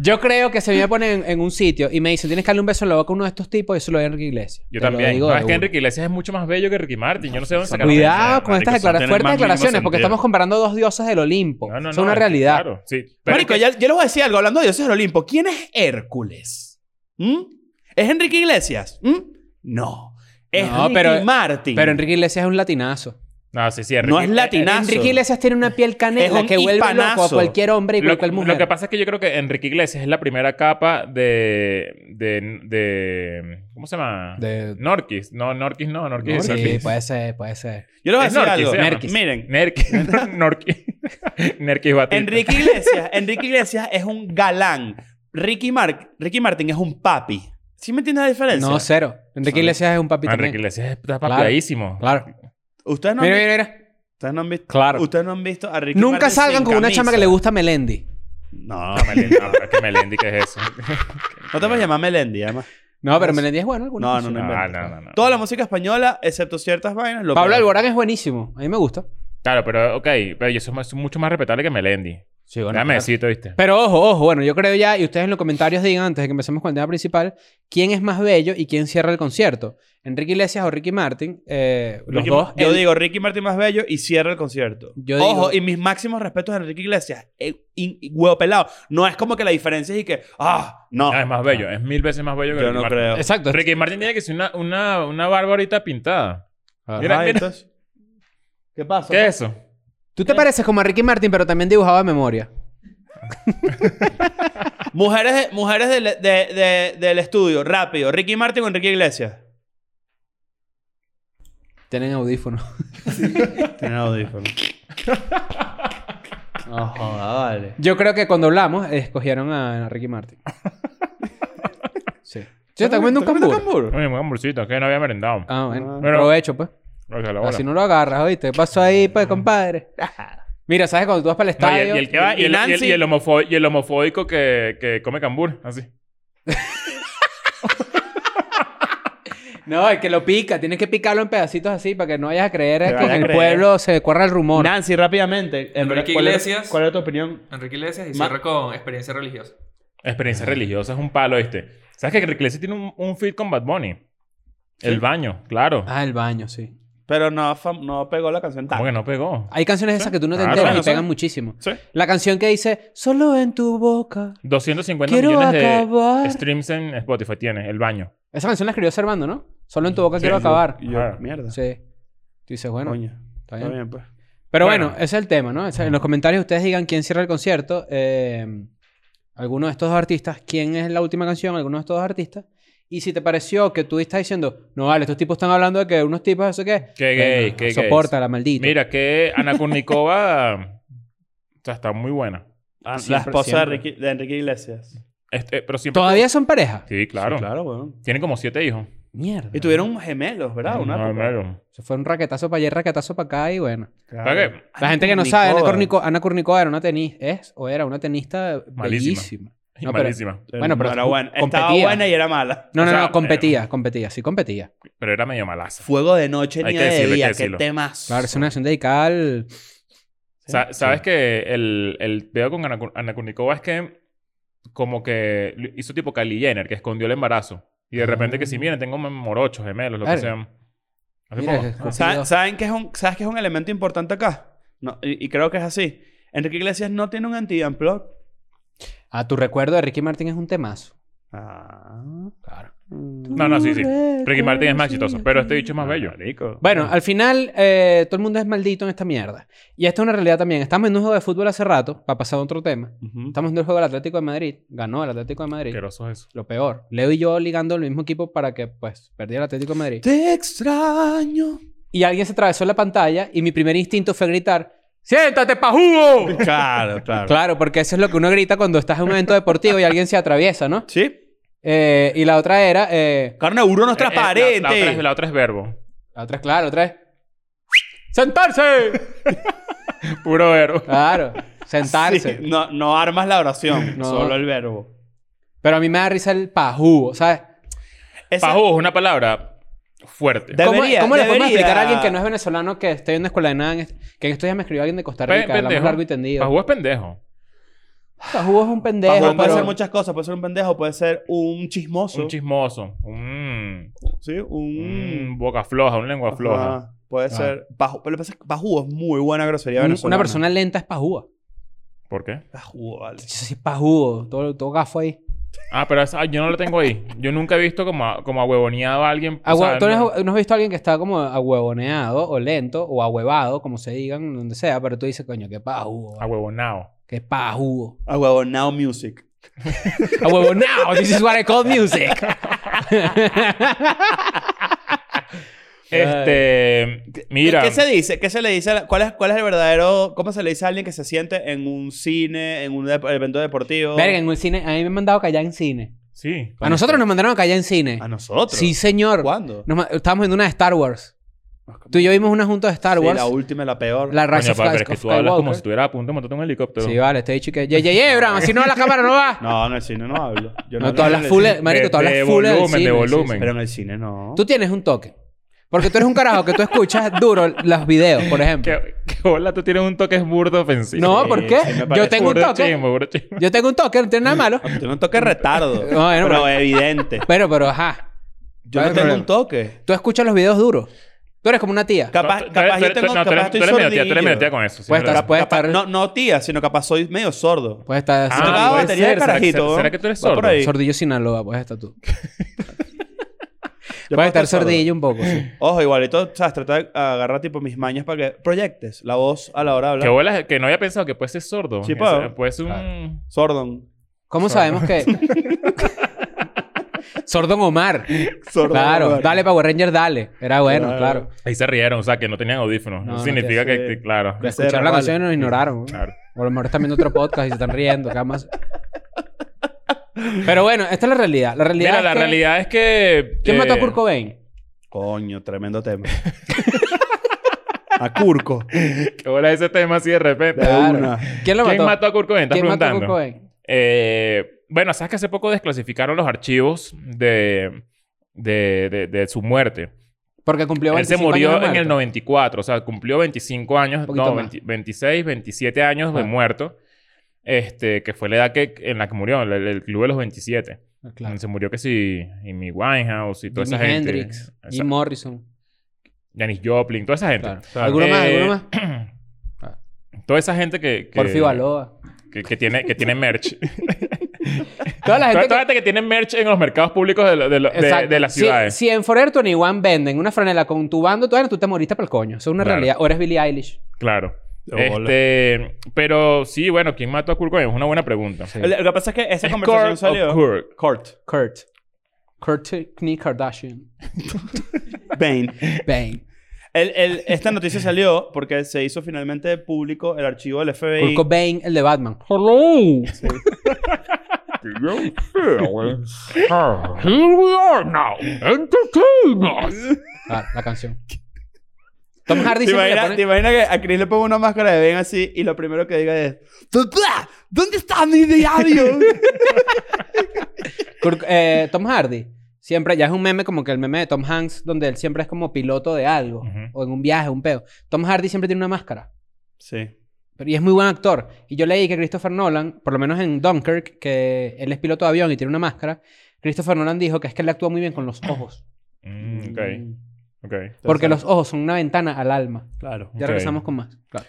Speaker 4: Yo creo que se me ponen en, en un sitio y me dicen, tienes que darle un beso en la boca a uno de estos tipos, y se lo doy a Enrique Iglesias.
Speaker 2: Yo
Speaker 4: Te lo
Speaker 2: también.
Speaker 4: digo
Speaker 2: No,
Speaker 4: de
Speaker 2: es que
Speaker 4: una.
Speaker 2: Enrique Iglesias es mucho más bello que Ricky Martin. Yo no sé dónde sacaron
Speaker 4: Cuidado con
Speaker 2: esa-
Speaker 4: estas
Speaker 3: marico,
Speaker 4: declara-
Speaker 3: tiene el
Speaker 4: fuertes
Speaker 3: más mínimo
Speaker 4: declaraciones, porque
Speaker 3: sentido.
Speaker 4: estamos comparando dos diosas del Olimpo.
Speaker 2: No, no,
Speaker 4: es
Speaker 2: no,
Speaker 4: una
Speaker 2: que-
Speaker 4: realidad.
Speaker 2: Claro, sí. Pero
Speaker 3: Marico,
Speaker 2: es que-
Speaker 3: ya, yo les voy a decir algo. Hablando de dioses del Olimpo, ¿quién es Hércules? ¿Mm? ¿Es Enrique Iglesias? ¿Mm? No. Es
Speaker 4: No,
Speaker 3: Ricky
Speaker 4: pero-
Speaker 3: Martin.
Speaker 4: Pero Enrique Iglesias es un latinazo.
Speaker 2: No, sí, sí. Enrique- eh,
Speaker 3: No es latinazo.
Speaker 4: Enrique Iglesias tiene una piel
Speaker 3: Es
Speaker 4: canela
Speaker 3: un
Speaker 4: que vuelve loco a
Speaker 3: hispanazo.
Speaker 4: cualquier hombre y
Speaker 2: Lo,
Speaker 4: cualquier mujer.
Speaker 2: lo que pasa es que yo creo que Enrique Iglesias es la primera capa de... de, de ¿Cómo se llama?
Speaker 4: De- pues.
Speaker 2: Norquis. No, Norquis no. Norquis
Speaker 4: No,
Speaker 2: es
Speaker 4: sí,
Speaker 2: Norquis.
Speaker 4: puede ser, puede ser.
Speaker 3: Yo les voy a
Speaker 2: Es
Speaker 3: decir
Speaker 2: Norquis,
Speaker 3: algo.
Speaker 2: se llama.
Speaker 3: Miren,
Speaker 2: Nerquis. Norquis. Nerky Batista.
Speaker 3: Enrique Iglesias, Enrique Iglesias es un galán. Ricky, Mar Ricky Martin es un papi. ¿Sí me entiendes la diferencia?
Speaker 4: No, cero. Enrique Iglesias es un papito.
Speaker 2: Ah, Enrique
Speaker 4: también.
Speaker 2: Iglesias está
Speaker 4: Claro.
Speaker 2: papiadísimo.
Speaker 4: Claro.
Speaker 3: Ustedes no, han
Speaker 4: Mira,
Speaker 3: vi-
Speaker 4: mira, mira.
Speaker 3: ustedes no han visto.
Speaker 4: Claro.
Speaker 3: Ustedes no han visto a Ricky
Speaker 4: Nunca
Speaker 3: Martin
Speaker 4: salgan
Speaker 3: sin
Speaker 4: con una chama
Speaker 3: camisa.
Speaker 4: que le gusta a Melendi.
Speaker 3: No.
Speaker 2: Ah, Melendi, no, pero que Melendi, ¿qué es eso?
Speaker 3: No te vas a llamar Melendi, además.
Speaker 4: No, pero Melendi es bueno. alguna
Speaker 3: No, no,
Speaker 4: cosa.
Speaker 3: no.
Speaker 2: Ah,
Speaker 3: inventes.
Speaker 2: no, no, no.
Speaker 3: Toda la música española, excepto ciertas vainas, lo
Speaker 4: Pablo
Speaker 3: pegan.
Speaker 4: Alborán es buenísimo. A mí me gusta.
Speaker 2: Claro, pero ok, pero eso es más- mucho más respetable que Melendi.
Speaker 4: Sí,
Speaker 2: Déjame decirte, ¿viste?
Speaker 4: Pero ojo, ojo, bueno, yo creo ya, y ustedes en los comentarios digan, antes de que empecemos con el tema principal, quién es más bello y quién cierra el concierto. Enrique Iglesias o Ricky Martin, eh, los
Speaker 3: Ricky-
Speaker 4: dos.
Speaker 3: Yo
Speaker 4: el-
Speaker 3: digo Ricky Martin más bello y cierra el concierto.
Speaker 4: Yo
Speaker 3: Ojo,
Speaker 4: digo-
Speaker 3: y mis máximos respetos a Enrique Iglesias. Eh, in- y huevo pelado. No es como que la diferencia es y que, ah, no.
Speaker 2: Ah, es más bello, es mil veces más bello que
Speaker 3: Yo
Speaker 2: Ricky
Speaker 3: no
Speaker 2: Martin.
Speaker 3: creo.
Speaker 4: Exacto.
Speaker 2: Ricky Martin tiene que ser una, una, una barba ahorita pintada.
Speaker 4: Ajá.
Speaker 2: Mira,
Speaker 3: Ah,
Speaker 2: mira.
Speaker 3: entonces, ¿Qué pasa?
Speaker 2: ¿Qué es eso?
Speaker 4: Tú te pareces como a Ricky Martin, pero también dibujado de memoria.
Speaker 3: Mujeres, de- mujeres del, de- de- del estudio, rápido. Ricky Martin o Enrique Iglesias.
Speaker 4: Tienen audífonos.
Speaker 3: Tienen audífono. No joda, vale.
Speaker 4: Yo creo que cuando hablamos, eh, escogieron a, a Ricky Martin. sí. Yo está comiendo un cambur.
Speaker 2: Oye, un hamburcito, que no había merendado.
Speaker 4: Ah, bueno.
Speaker 2: Bueno.
Speaker 4: Provecho, pues.
Speaker 2: O sea, la bola.
Speaker 4: Así no lo agarras, ¿oíste? ¿Qué pasó ahí, pues, compadre? Mira, ¿sabes? Cuando tú vas para el
Speaker 2: No, y, el- y
Speaker 4: estadio...
Speaker 2: el que va-
Speaker 3: Y
Speaker 2: y el- y el-
Speaker 3: Nancy.
Speaker 2: y el homofo- y el homofóbico que, que come cambur, así.
Speaker 4: No, el que lo pica, tienes que picarlo en pedacitos así para que no vayas a creer que en
Speaker 3: vayas a
Speaker 4: el
Speaker 3: creer.
Speaker 4: pueblo se corra el rumor.
Speaker 3: Nancy, rápidamente. en verdad,
Speaker 5: Enrique
Speaker 3: ¿cuál era-
Speaker 5: Iglesias.
Speaker 3: ¿Cuál era tu opinión?
Speaker 5: Enrique Iglesias y
Speaker 3: Ma-
Speaker 5: cierra con experiencia religiosa.
Speaker 2: Experiencia religiosa es un palo este. ¿Sabes que Enrique Iglesias tiene un, un feed con Bad Bunny? El baño, claro.
Speaker 4: Ah, el baño, sí.
Speaker 3: Pero no, fam- no pegó la canción
Speaker 2: ¿Cómo
Speaker 3: tan.
Speaker 2: que no pegó?
Speaker 4: Hay canciones esas que tú no te
Speaker 2: Claro,
Speaker 4: enteras
Speaker 2: bueno,
Speaker 4: y pegan
Speaker 2: sí.
Speaker 4: muchísimo.
Speaker 3: Sí.
Speaker 4: La canción que dice, solo en tu boca.
Speaker 2: 250
Speaker 4: Quiero
Speaker 2: millones
Speaker 4: acabar.
Speaker 2: de streams en Spotify tiene, el baño.
Speaker 4: Esa canción la escribió Servando, ¿no? Solo en tu boca
Speaker 2: Sí,
Speaker 4: quiero
Speaker 2: sí.
Speaker 4: acabar.
Speaker 3: Y yo,
Speaker 2: Ajá.
Speaker 3: mierda.
Speaker 4: Sí. Tú dices, bueno,
Speaker 3: Coño. Está
Speaker 4: está bien.
Speaker 3: bien, pues.
Speaker 4: Pero bueno,
Speaker 2: Bueno.
Speaker 4: ese es el tema, ¿no? O sea, en los comentarios ustedes digan quién cierra el concierto. eh, alguno de estos dos artistas, quién es la última canción, alguno de estos dos artistas. Y si te pareció que tú estás diciendo, no vale, estos tipos están hablando de que unos tipos, no sé qué.
Speaker 2: Qué gay, qué gay.
Speaker 4: Soporta la maldita.
Speaker 2: Mira que Ana Kurnikova o sea, está muy buena.
Speaker 3: Ah, la
Speaker 4: Siempre,
Speaker 3: esposa de,
Speaker 4: siempre.
Speaker 3: Ricky- de Enrique Iglesias.
Speaker 2: Este, pero siempre...
Speaker 4: ¿Todavía son pareja?
Speaker 2: Sí, claro.
Speaker 3: Sí, claro, weón.
Speaker 2: Tiene como siete hijos.
Speaker 4: Mierda.
Speaker 3: Y tuvieron gemelos, ¿verdad? Una
Speaker 2: No,
Speaker 3: época.
Speaker 2: claro.
Speaker 4: Se fue un raquetazo para allá, raquetazo para acá y bueno.
Speaker 3: Claro.
Speaker 2: ¿Para qué?
Speaker 4: La gente que no
Speaker 3: Kurnikova.
Speaker 4: sabe, Ana, Korniko- Ana Kurnikova era una tenista, es o era una tenista
Speaker 2: Malísima.
Speaker 4: bellísima. No, pero-
Speaker 2: Malísima.
Speaker 3: Era-
Speaker 4: Bueno, pero
Speaker 3: no era buena. Estaba
Speaker 4: competía.
Speaker 3: buena y era mala.
Speaker 4: No, no,
Speaker 2: O sea, eh,
Speaker 4: no, competía, competía, sí competía.
Speaker 2: Pero era medio malaza.
Speaker 3: Fuego de noche,
Speaker 2: Hay
Speaker 3: ni
Speaker 2: que
Speaker 3: de
Speaker 2: decirlo, hay que
Speaker 3: día. Qué
Speaker 2: decirlo.
Speaker 3: temas.
Speaker 4: Claro, es una canción dedicada al...
Speaker 2: Sa- ¿Sabes que el, el peor con Ana, Kur- Ana Kurnikova es que como que lo- hizo tipo Kylie Jenner, que escondió el embarazo. Y de repente que si miren, tengo m- morochos, gemelos, lo que
Speaker 4: Ah. Claro.
Speaker 2: sean. Hace
Speaker 4: Mira,
Speaker 2: poco.
Speaker 4: es-
Speaker 2: Ah,
Speaker 3: ¿Saben,
Speaker 4: Dios.
Speaker 3: saben qué es un, ¿Sabes qué es un elemento importante acá? No, y, y creo que es así. Enrique Iglesias no tiene un anti-unplug.
Speaker 4: A tu recuerdo de Ricky Martin es un temazo.
Speaker 3: Ah.
Speaker 4: Claro.
Speaker 2: No, no, sí, sí. Ricky Martin es más exitoso, pero este bicho es más
Speaker 4: Ah,
Speaker 2: bello.
Speaker 3: Marico.
Speaker 4: Bueno, al final eh, todo el mundo es maldito en esta mierda. Y esta es una realidad también. Estamos en un juego de fútbol hace rato, para pasar a otro tema.
Speaker 3: Ujú.
Speaker 4: Estamos en el juego del Atlético de Madrid. Ganó el Atlético de Madrid.
Speaker 2: Asqueroso es eso.
Speaker 4: Lo peor. Leo y yo ligando el mismo equipo para que, pues, perdiera el Atlético de Madrid.
Speaker 3: Te extraño.
Speaker 4: Y alguien se atravesó la pantalla y mi primer instinto fue gritar, ¡Siéntate, pajugo!
Speaker 3: Claro, claro.
Speaker 4: Claro, porque eso es lo que uno grita cuando estás en un evento deportivo y alguien se atraviesa, ¿no?
Speaker 3: Sí.
Speaker 4: Eh, y la otra era... eh,
Speaker 3: Carneburo no es
Speaker 2: Eh, eh, la-
Speaker 3: transparente.
Speaker 2: La, otra es, la otra es verbo.
Speaker 4: la otra es, claro, la otra es... ¡Sentarse!
Speaker 2: Puro verbo.
Speaker 4: Claro, sentarse.
Speaker 3: Sí, no, no armas la oración,
Speaker 4: No.
Speaker 3: solo el verbo.
Speaker 4: Pero a mí me da risa el pajugo, ¿sabes?
Speaker 3: Esa-
Speaker 2: Pajú es una palabra fuerte.
Speaker 3: De-
Speaker 4: ¿Cómo,
Speaker 3: Debería-
Speaker 4: cómo le podemos
Speaker 3: debería.
Speaker 4: explicar a alguien que no es venezolano que esté en una escuela de nada? en est- Que en estos días me escribió alguien de Costa
Speaker 2: Pe-
Speaker 4: Rica, hablamos largo y tendido.
Speaker 2: Pajú es pendejo.
Speaker 4: Pajugo es un pendejo,
Speaker 3: Pajú puede
Speaker 4: pero-
Speaker 3: ser muchas cosas, puede ser un pendejo, puede ser un chismoso.
Speaker 2: Un chismoso. Un,
Speaker 3: sí, un.
Speaker 4: Mm.
Speaker 2: un boca floja, una lengua floja.
Speaker 3: Ajá, Puede ser. Pajú, pero lo que pasa es que Pajú es muy buena grosería
Speaker 4: Un-
Speaker 3: venezolana.
Speaker 4: una persona lenta es pajúa.
Speaker 2: ¿Por qué?
Speaker 3: Pajú, vale.
Speaker 4: Yo soy pajugo, todo, todo gafo ahí.
Speaker 2: Ah, pero esa- ah, yo no lo tengo ahí. Yo nunca he visto como, a- como ahuevoneado a alguien. o
Speaker 4: Agua-
Speaker 2: sea,
Speaker 4: ¿Tú
Speaker 2: no-
Speaker 4: no, no has visto a alguien que está como ahuevoneado o lento o ahuevado, como se digan, donde sea, pero tú dices, coño, qué pajugo, vale,
Speaker 2: Ahuevonao.
Speaker 4: qué pajugo.
Speaker 3: A Ah, huevo, Now Music.
Speaker 4: Ahuevonado, this is what I call music.
Speaker 2: Este, mira,
Speaker 3: ¿Qué, qué se dice? ¿Qué se le dice? a la- ¿Cuál es, ¿Cuál es el verdadero? ¿Cómo se le dice a alguien que se siente en un cine, en un dep- evento deportivo?
Speaker 4: Verga, en el cine, a mí me han mandado callar en cine.
Speaker 2: sí.
Speaker 4: A nosotros nos mandaron a callar en cine.
Speaker 3: A nosotros.
Speaker 4: Sí, señor.
Speaker 3: ¿Cuándo?
Speaker 4: Nos ma- estábamos viendo una de Star Wars. Tú y yo vimos una junta de Star
Speaker 3: Sí,
Speaker 4: Wars.
Speaker 3: la última, la peor.
Speaker 4: la Rise
Speaker 2: Coño,
Speaker 4: of
Speaker 2: pa, pero es que tú hablas como
Speaker 4: Skywalker.
Speaker 2: si estuvieras a punto de montarte en un helicóptero.
Speaker 4: Sí, vale, te he dicho que. Ye, ye, ye, Bram, así no va la cámara, no va.
Speaker 3: No, en el cine no hablo. Yo
Speaker 4: No,
Speaker 3: hablo
Speaker 4: tú
Speaker 3: en
Speaker 4: hablas
Speaker 3: el
Speaker 4: full,
Speaker 3: cine.
Speaker 4: de- marico, tú
Speaker 2: De-
Speaker 4: hablas
Speaker 2: de
Speaker 4: full del
Speaker 2: volumen,
Speaker 4: cine,
Speaker 2: de
Speaker 4: sí,
Speaker 2: volumen.
Speaker 4: sí.
Speaker 3: Pero en el cine no.
Speaker 4: Tú tienes un toque. Porque tú eres un carajo que tú escuchas duro los videos, por ejemplo.
Speaker 2: Que, que hola, tú tienes un toque burdo ofensivo.
Speaker 4: no,
Speaker 3: sí,
Speaker 4: ¿por qué?
Speaker 3: sí me
Speaker 4: yo
Speaker 3: parece
Speaker 4: tengo un
Speaker 2: burdo
Speaker 4: toque.
Speaker 2: chimbo, burdo chimbo.
Speaker 4: Yo tengo un toque, no tiene nada malo.
Speaker 3: Tú no toques retardo.
Speaker 4: No, bueno,
Speaker 3: pero
Speaker 4: pero-
Speaker 3: evidente.
Speaker 4: Pero, pero, ajá.
Speaker 3: Yo
Speaker 4: ¿cuál
Speaker 3: no
Speaker 4: es
Speaker 3: tengo
Speaker 4: el problema?
Speaker 3: un toque.
Speaker 4: Tú escuchas los videos duros. Tú eres como una tía.
Speaker 3: Capaz,
Speaker 2: No, tú- tú
Speaker 3: capaz
Speaker 2: eres-
Speaker 3: yo
Speaker 2: tú-
Speaker 3: tengo,
Speaker 2: no, tú eres-
Speaker 3: capaz
Speaker 2: tú
Speaker 3: estoy
Speaker 2: eres medio tía, tú eres medio tía
Speaker 3: sordillo.
Speaker 2: con eso. sí,
Speaker 4: Pues
Speaker 2: es verdad.
Speaker 4: estás- puede
Speaker 3: Capaz-
Speaker 4: estar-
Speaker 3: No, no tía, sino capaz soy medio sordo.
Speaker 4: Puedes
Speaker 2: Ah,
Speaker 3: Yo
Speaker 4: estar sordi-
Speaker 3: tocaba
Speaker 2: puede
Speaker 3: batería de
Speaker 2: ser. ¿Será que-
Speaker 3: carajito,
Speaker 2: será-
Speaker 3: ¿eh?
Speaker 2: será que tú eres
Speaker 3: Va por
Speaker 2: sordo?
Speaker 3: ahí.
Speaker 4: Sordillo Sinaloa, puedes estar
Speaker 3: Yo
Speaker 4: tú.
Speaker 3: puedo
Speaker 4: Puedes estar sordillo un poco, sí.
Speaker 3: Ojo, igualito, o sea, trata de agarrar tipo mis mañas para que proyectes la voz a la hora de
Speaker 2: Que
Speaker 3: hablar.
Speaker 2: bolas, que no había pensado que puede ser sordo.
Speaker 3: Sí,
Speaker 2: Ese-
Speaker 3: puedo.
Speaker 2: Puede ser un...
Speaker 3: Sordón.
Speaker 4: ¿Cómo sabemos que...? Sordón Omar.
Speaker 3: Sordón
Speaker 4: claro.
Speaker 3: Omar.
Speaker 4: Dale, Power Ranger, dale. Era bueno,
Speaker 3: Claro.
Speaker 4: claro.
Speaker 2: Ahí se rieron, o sea, que no tenían audífonos.
Speaker 4: No,
Speaker 2: Eso
Speaker 4: no
Speaker 2: significa
Speaker 3: tiene-
Speaker 2: que,
Speaker 3: sí.
Speaker 2: que- claro.
Speaker 3: Pues- Becerra,
Speaker 4: Escucharon la
Speaker 3: vale.
Speaker 4: canción y nos ignoraron.
Speaker 2: Claro.
Speaker 4: O a lo mejor están viendo otro podcast y se están riendo. cada más. Pero bueno, esta es la realidad. La realidad
Speaker 2: Mira,
Speaker 4: es
Speaker 2: la
Speaker 4: que-
Speaker 2: realidad es que...
Speaker 4: ¿Quién
Speaker 2: eh,
Speaker 4: mató a Kurt Cobain?
Speaker 3: Coño, tremendo tema. a Curco.
Speaker 2: Que bola ese tema así de repente.
Speaker 4: Claro.
Speaker 3: una.
Speaker 4: ¿Quién lo mató?
Speaker 2: ¿Quién mató a Kurt Cobain? ¿Estás
Speaker 4: ¿Quién mató a
Speaker 2: preguntando?
Speaker 4: Kurt Cobain?
Speaker 2: Eh, bueno, sabes que hace poco desclasificaron los archivos de, de, de- de su muerte.
Speaker 4: Porque cumplió
Speaker 2: Él se
Speaker 4: 25
Speaker 2: murió
Speaker 4: años de
Speaker 2: en el
Speaker 4: muerto.
Speaker 2: 94, o sea, cumplió 25 años,
Speaker 4: poquito
Speaker 2: no,
Speaker 4: más.
Speaker 2: 20 26, 27 años de
Speaker 4: Ah.
Speaker 2: muerto, este, que fue la edad que, en la que murió, el, el club de los 27.
Speaker 4: Ah, Claro.
Speaker 2: Se murió que si Amy Winehouse y toda
Speaker 4: Jimi
Speaker 2: esa gente.
Speaker 4: Hendrix,
Speaker 2: Esa-
Speaker 4: Jim Morrison.
Speaker 2: Janis Joplin, toda esa gente.
Speaker 4: Claro.
Speaker 2: O sea,
Speaker 4: ¿Alguno más?
Speaker 2: eh,
Speaker 4: ¿Alguno más?
Speaker 2: Toda esa gente que... que
Speaker 4: Porfirio Aloha.
Speaker 2: que, que tiene, que tiene merch.
Speaker 4: Toda la
Speaker 2: Toda
Speaker 4: gente
Speaker 2: esta
Speaker 4: que...
Speaker 2: gente que tiene merch en los mercados públicos de, lo- de lo- de- eh.
Speaker 4: Exacto.
Speaker 2: de las
Speaker 4: Si-
Speaker 2: ciudades.
Speaker 4: Si, en Forever 21 venden una franela con tu bando, tú, bueno, tú te moriste para el coño. Eso es una
Speaker 2: Claro.
Speaker 4: realidad. O eres Billie Eilish.
Speaker 2: Claro.
Speaker 3: De bola.
Speaker 2: Este, pero sí, bueno, ¿quién mató a Kurt Cobain? Es una buena pregunta.
Speaker 4: Sí.
Speaker 3: Lo que pasa es que esa
Speaker 2: Es
Speaker 3: conversación
Speaker 2: Kurt
Speaker 3: salió.
Speaker 2: o Kurt.
Speaker 3: Kurt.
Speaker 4: Kurt. Kurt Knee Kardashian.
Speaker 3: Bane.
Speaker 4: Bang.
Speaker 3: El- el- esta noticia salió porque se hizo finalmente público el archivo del
Speaker 4: Kurt
Speaker 3: FBI.
Speaker 4: Cobain, el de Batman. Hello.
Speaker 2: Here we are now. Entertainment.
Speaker 4: Claro, Ah, la canción. Tom Hardy
Speaker 3: ¿Te
Speaker 4: siempre le
Speaker 3: imaginas,
Speaker 4: pone-
Speaker 3: te imaginas que a Chris le pongo una máscara de Ben así y lo primero que diga es: "Papá, ¿Dónde está mi diario?
Speaker 4: Kurt- eh, Tom Hardy. Siempre, ya es un meme como que el meme de Tom Hanks, donde él siempre es como piloto de algo,
Speaker 2: Ujú.
Speaker 4: o en un viaje, un peo. Tom Hardy siempre tiene una máscara,
Speaker 3: sí.
Speaker 4: pero y es muy buen actor. Y yo leí que Christopher Nolan, por lo menos en Dunkirk, que él es piloto de avión y tiene una máscara, Christopher Nolan dijo que es que él actúa muy bien con los ojos,
Speaker 2: Mm, ok, ok.
Speaker 4: porque los
Speaker 3: Interesante.
Speaker 4: ojos son una ventana al alma.
Speaker 3: Claro.
Speaker 4: Ya
Speaker 2: Ok.
Speaker 4: regresamos con más. Claro.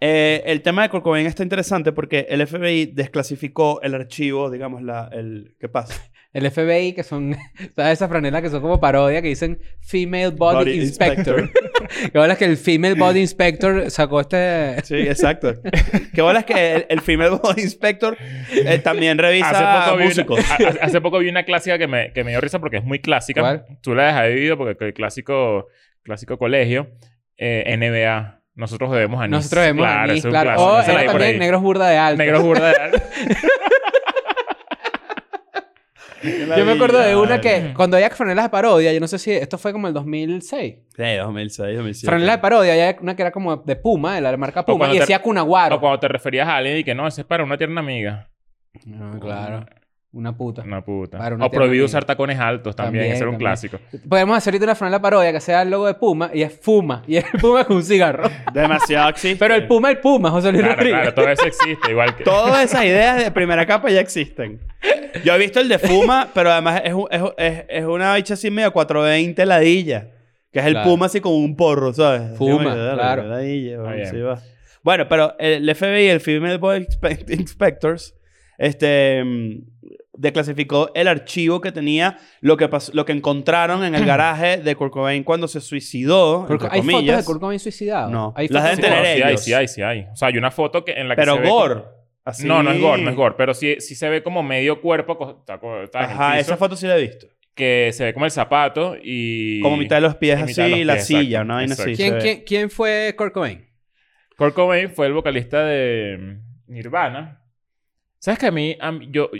Speaker 3: Eh, el tema de Kurt Cobain está interesante porque el FBI desclasificó el archivo, digamos, la, el... ¿Qué pasa?
Speaker 4: El FBI, que son ¿sabes? esas franelas que son como parodia, que dicen Female Body,
Speaker 3: Body
Speaker 4: Inspector. que ahora es que el Female Body Inspector sacó este...
Speaker 3: Sí, exacto. Qué bola es que el, el Female Body Inspector eh, también revisa
Speaker 2: vi una,
Speaker 3: músicos.
Speaker 2: ha- ha- hace poco vi una clásica que me, que me dio risa porque es muy clásica.
Speaker 4: ¿Cuál?
Speaker 2: Tú la dejas de vivido porque el clásico, clásico colegio, eh, NBA. Nosotros debemos a
Speaker 4: Nosotros vemos a Miss,
Speaker 2: eso es un
Speaker 4: claro.
Speaker 2: clásico,
Speaker 4: O
Speaker 2: esa la
Speaker 4: era
Speaker 2: hay por
Speaker 4: también
Speaker 2: ahí.
Speaker 4: negros burda de alto.
Speaker 2: Negros burda de alto.
Speaker 4: Yo me acuerdo de una que cuando había franelas de parodia, yo no sé si esto fue como el 2006.
Speaker 3: Sí, 2006, 2007.
Speaker 4: franelas de parodia, había una que era como de Puma, de la marca Puma,
Speaker 2: cuando
Speaker 4: y
Speaker 2: te-
Speaker 4: decía
Speaker 2: O
Speaker 4: Cunaguaro.
Speaker 2: cuando te referías a alguien y que no, ese es para una tierna amiga.
Speaker 4: No, Ah, claro. Una puta.
Speaker 2: Una puta.
Speaker 4: Para una
Speaker 2: o
Speaker 4: tierna
Speaker 2: prohibido
Speaker 4: amiga.
Speaker 2: usar tacones altos también.
Speaker 4: También,
Speaker 2: Ese era un
Speaker 4: también.
Speaker 2: clásico.
Speaker 4: Podemos hacer ahorita una franela de parodia que sea el logo de Puma y es Fuma. Y es Puma con un cigarro.
Speaker 3: Demasiado existe.
Speaker 4: Pero el Puma, el Puma, José Luis
Speaker 2: Claro,
Speaker 4: Rodríguez.
Speaker 2: claro, todo eso existe, igual que.
Speaker 3: Todas esas ideas de primera capa ya existen. Yo he visto el de Fuma, pero además es, un- es, es, es una bicha así medio 420 ladilla. Que es el
Speaker 4: Claro.
Speaker 3: Puma así con un porro, ¿sabes?
Speaker 4: Fuma,
Speaker 3: Así, verga,
Speaker 4: claro.
Speaker 3: ladilla, bueno,
Speaker 2: bien.
Speaker 3: sí va. Bueno, pero el FBI y el Female Boy Inspe- Inspectors este, mm, declasificó el archivo que tenía lo que, pas- lo que encontraron en el garaje de Kurt Cobain cuando se suicidó,
Speaker 4: Kurt-
Speaker 3: entre
Speaker 4: ¿Hay fotos de
Speaker 3: comillas.
Speaker 4: Kurt Cobain suicidado?
Speaker 3: No.
Speaker 4: Hay
Speaker 3: Las
Speaker 4: fotos
Speaker 2: Sí,
Speaker 3: de
Speaker 4: de
Speaker 3: tener
Speaker 2: no, sí hay,
Speaker 3: ellos.
Speaker 2: sí hay, sí hay. O sea, hay una foto que, en la que
Speaker 3: pero
Speaker 2: se ve
Speaker 3: gore.
Speaker 2: como-
Speaker 3: así.
Speaker 2: No, no es gore, no es gore. Pero sí, sí se ve como medio cuerpo. co- está co- está en el
Speaker 3: Ajá,
Speaker 2: piso.
Speaker 3: esa foto sí la he visto.
Speaker 2: que se ve como el zapato y...
Speaker 3: Como mitad de los pies
Speaker 2: y
Speaker 3: así,
Speaker 2: mitad de los
Speaker 3: la
Speaker 2: pies,
Speaker 3: silla,
Speaker 2: exacto,
Speaker 3: una vaina así.
Speaker 2: exacto.
Speaker 4: ¿Quién,
Speaker 3: se ve.
Speaker 4: quién, quién fue Kurt Cobain?
Speaker 2: Kurt Cobain fue el vocalista de mm, Nirvana. ¿Sabes que a mí, a mí- yo...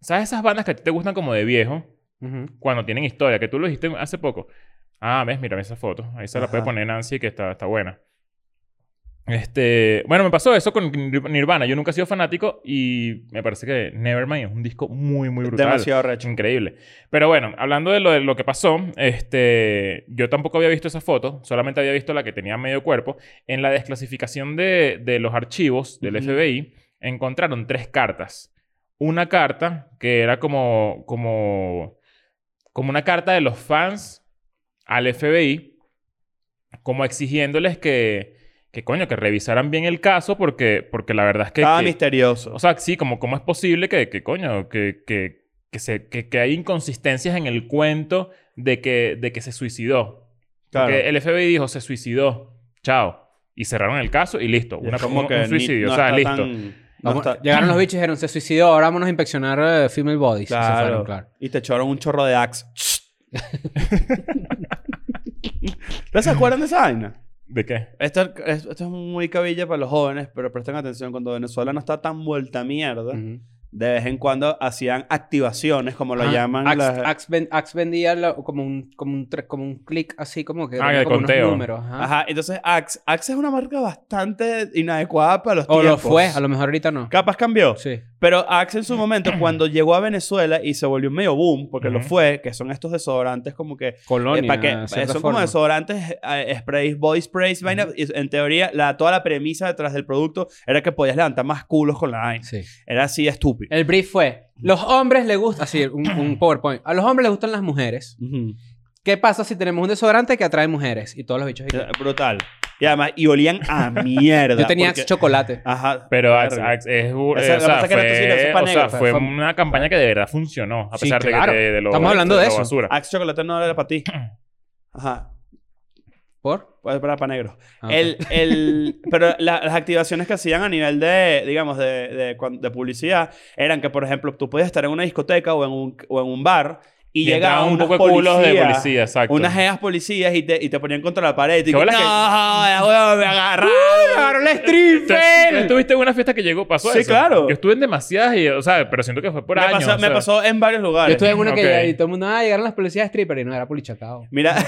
Speaker 2: ¿Sabes esas bandas que a ti te gustan como de viejo? Cuando tienen historia, que tú lo dijiste hace poco. Ah, ves, mírame esa foto. Ahí se la puede
Speaker 3: Ajá.
Speaker 2: poner Nancy, que está, está buena. Este, bueno, me pasó eso con Nir- Nirvana. Yo nunca he sido fanático y me parece que Nevermind es un disco muy, muy brutal.
Speaker 3: Demasiado
Speaker 2: hecho,
Speaker 3: recho.
Speaker 2: Increíble. Pero bueno, hablando de lo, de lo que pasó, este, yo tampoco había visto esa foto, solamente había visto la que tenía medio cuerpo. En la desclasificación de, de los archivos del
Speaker 3: Ujú.
Speaker 2: FBI encontraron tres cartas. Una carta que era como, como, como una carta de los fans al FBI, como exigiéndoles que, que coño, que revisaran bien el caso porque, porque la verdad es que...
Speaker 3: Estaba
Speaker 2: que-
Speaker 3: misterioso.
Speaker 2: o sea, sí, como cómo es posible que, que coño, que, que, que, se, que, que hay inconsistencias en el cuento de que, de que se suicidó.
Speaker 3: claro.
Speaker 2: Porque el FBI dijo, se suicidó. Chao. Y cerraron el caso y listo.
Speaker 3: Y
Speaker 2: Una,
Speaker 3: es como
Speaker 2: un,
Speaker 3: que
Speaker 2: un
Speaker 3: ni-
Speaker 2: suicidio.
Speaker 3: no
Speaker 2: o sea, listo.
Speaker 3: está tan- no
Speaker 4: Vamos-
Speaker 3: está-
Speaker 4: Llegaron los bichos y dijeron, se suicidó, ahora vámonos a inspeccionar eh, female bodies. Y se
Speaker 3: Claro.
Speaker 4: fueron, claro.
Speaker 3: Y te echaron un chorro de Axe. ¿No se acuerdan de esa vaina?
Speaker 2: ¿De qué?
Speaker 3: Esto, es- esto es muy cabilla para los jóvenes, pero presten atención, cuando Venezuela no está tan vuelta a mierda,
Speaker 4: Ujú.
Speaker 3: de vez en cuando hacían activaciones, como lo
Speaker 4: Ah,
Speaker 3: llaman.
Speaker 4: Axe,
Speaker 3: las-
Speaker 4: Axe ven- Axe vendía lo- como un, como un, tre- como un clic así, como que
Speaker 2: Ah,
Speaker 4: eran
Speaker 2: el
Speaker 4: como
Speaker 2: conteo.
Speaker 4: unos números. Ajá.
Speaker 3: Ajá, entonces Axe. Axe es una marca bastante inadecuada para los
Speaker 4: O lo
Speaker 3: tiempos.
Speaker 4: fue, a lo mejor ahorita no.
Speaker 3: Capaz cambió.
Speaker 4: Sí.
Speaker 3: Pero Axe en su momento, cuando llegó a Venezuela y se volvió un medio boom, porque lo
Speaker 2: Ujú.
Speaker 3: fue, que son estos desodorantes como que... eh,
Speaker 4: Colonia,
Speaker 3: pa' que- eh, son
Speaker 4: de cierta
Speaker 3: como
Speaker 4: forma.
Speaker 3: desodorantes, eh, sprays, body sprays, vaina. y En teoría, la, toda la premisa detrás del producto era que podías levantar más culos con la vaina.
Speaker 4: Sí.
Speaker 3: Era así de estúpido.
Speaker 4: El brief fue, los hombres les gusta, así, un, un PowerPoint, a los hombres les gustan las mujeres.
Speaker 3: Ujú.
Speaker 4: ¿Qué pasa si tenemos un desodorante que atrae mujeres? Y todos los bichos... y que-
Speaker 3: Eh, Brutal. Y además, y olían a mierda.
Speaker 4: Yo tenía
Speaker 3: porque-
Speaker 4: Axe chocolate.
Speaker 3: Ajá.
Speaker 2: Pero Axe-
Speaker 3: Verga.
Speaker 2: Axe es... u-
Speaker 3: Esa-
Speaker 2: eh,
Speaker 3: la
Speaker 2: o sea,
Speaker 3: pasa que era tu sitio, eso
Speaker 2: fue,
Speaker 3: es pa'
Speaker 2: o sea,
Speaker 3: negro,
Speaker 2: fue
Speaker 4: fue-
Speaker 2: una campaña que de verdad funcionó. A
Speaker 4: Sí,
Speaker 2: pesar
Speaker 4: claro.
Speaker 2: de que... te- de lo-
Speaker 4: Estamos hablando de
Speaker 2: la
Speaker 4: eso.
Speaker 2: basura.
Speaker 3: Axe chocolate no era para ti. Ajá.
Speaker 4: ¿Por?
Speaker 3: Pues para para negro.
Speaker 4: Ah, ok.
Speaker 3: El, el, pero la- las activaciones que hacían a nivel de, digamos, de, de, cuan- de publicidad eran que, por ejemplo, tú podías estar en una discoteca o en un, o en un bar y,
Speaker 2: Y entraban
Speaker 3: llegaban
Speaker 2: un
Speaker 3: unos
Speaker 2: poco de culos de
Speaker 3: policías,
Speaker 2: policía, exacto.
Speaker 3: Unas jeas policías y te, y te ponían contra la pared. Y
Speaker 2: ¿Qué
Speaker 3: que, no,
Speaker 2: bola que- ¡Uh!
Speaker 3: joda, huevón, me agarraron.
Speaker 2: ¡Agarraron el stripper! Estuviste en una fiesta que llegó, pasó
Speaker 3: Sí,
Speaker 2: eso.
Speaker 3: claro.
Speaker 2: Yo estuve en demasiadas y, o sea, pero siento que fue por
Speaker 3: me,
Speaker 2: años.
Speaker 3: pasó,
Speaker 2: o
Speaker 3: me
Speaker 2: sea.
Speaker 3: pasó en varios
Speaker 4: Yo
Speaker 3: lugares.
Speaker 4: estuve en una
Speaker 2: ok.
Speaker 4: que ya- y todo el mundo, ah, llegaron las policías de stripper y no, era polichacao.
Speaker 3: Mira.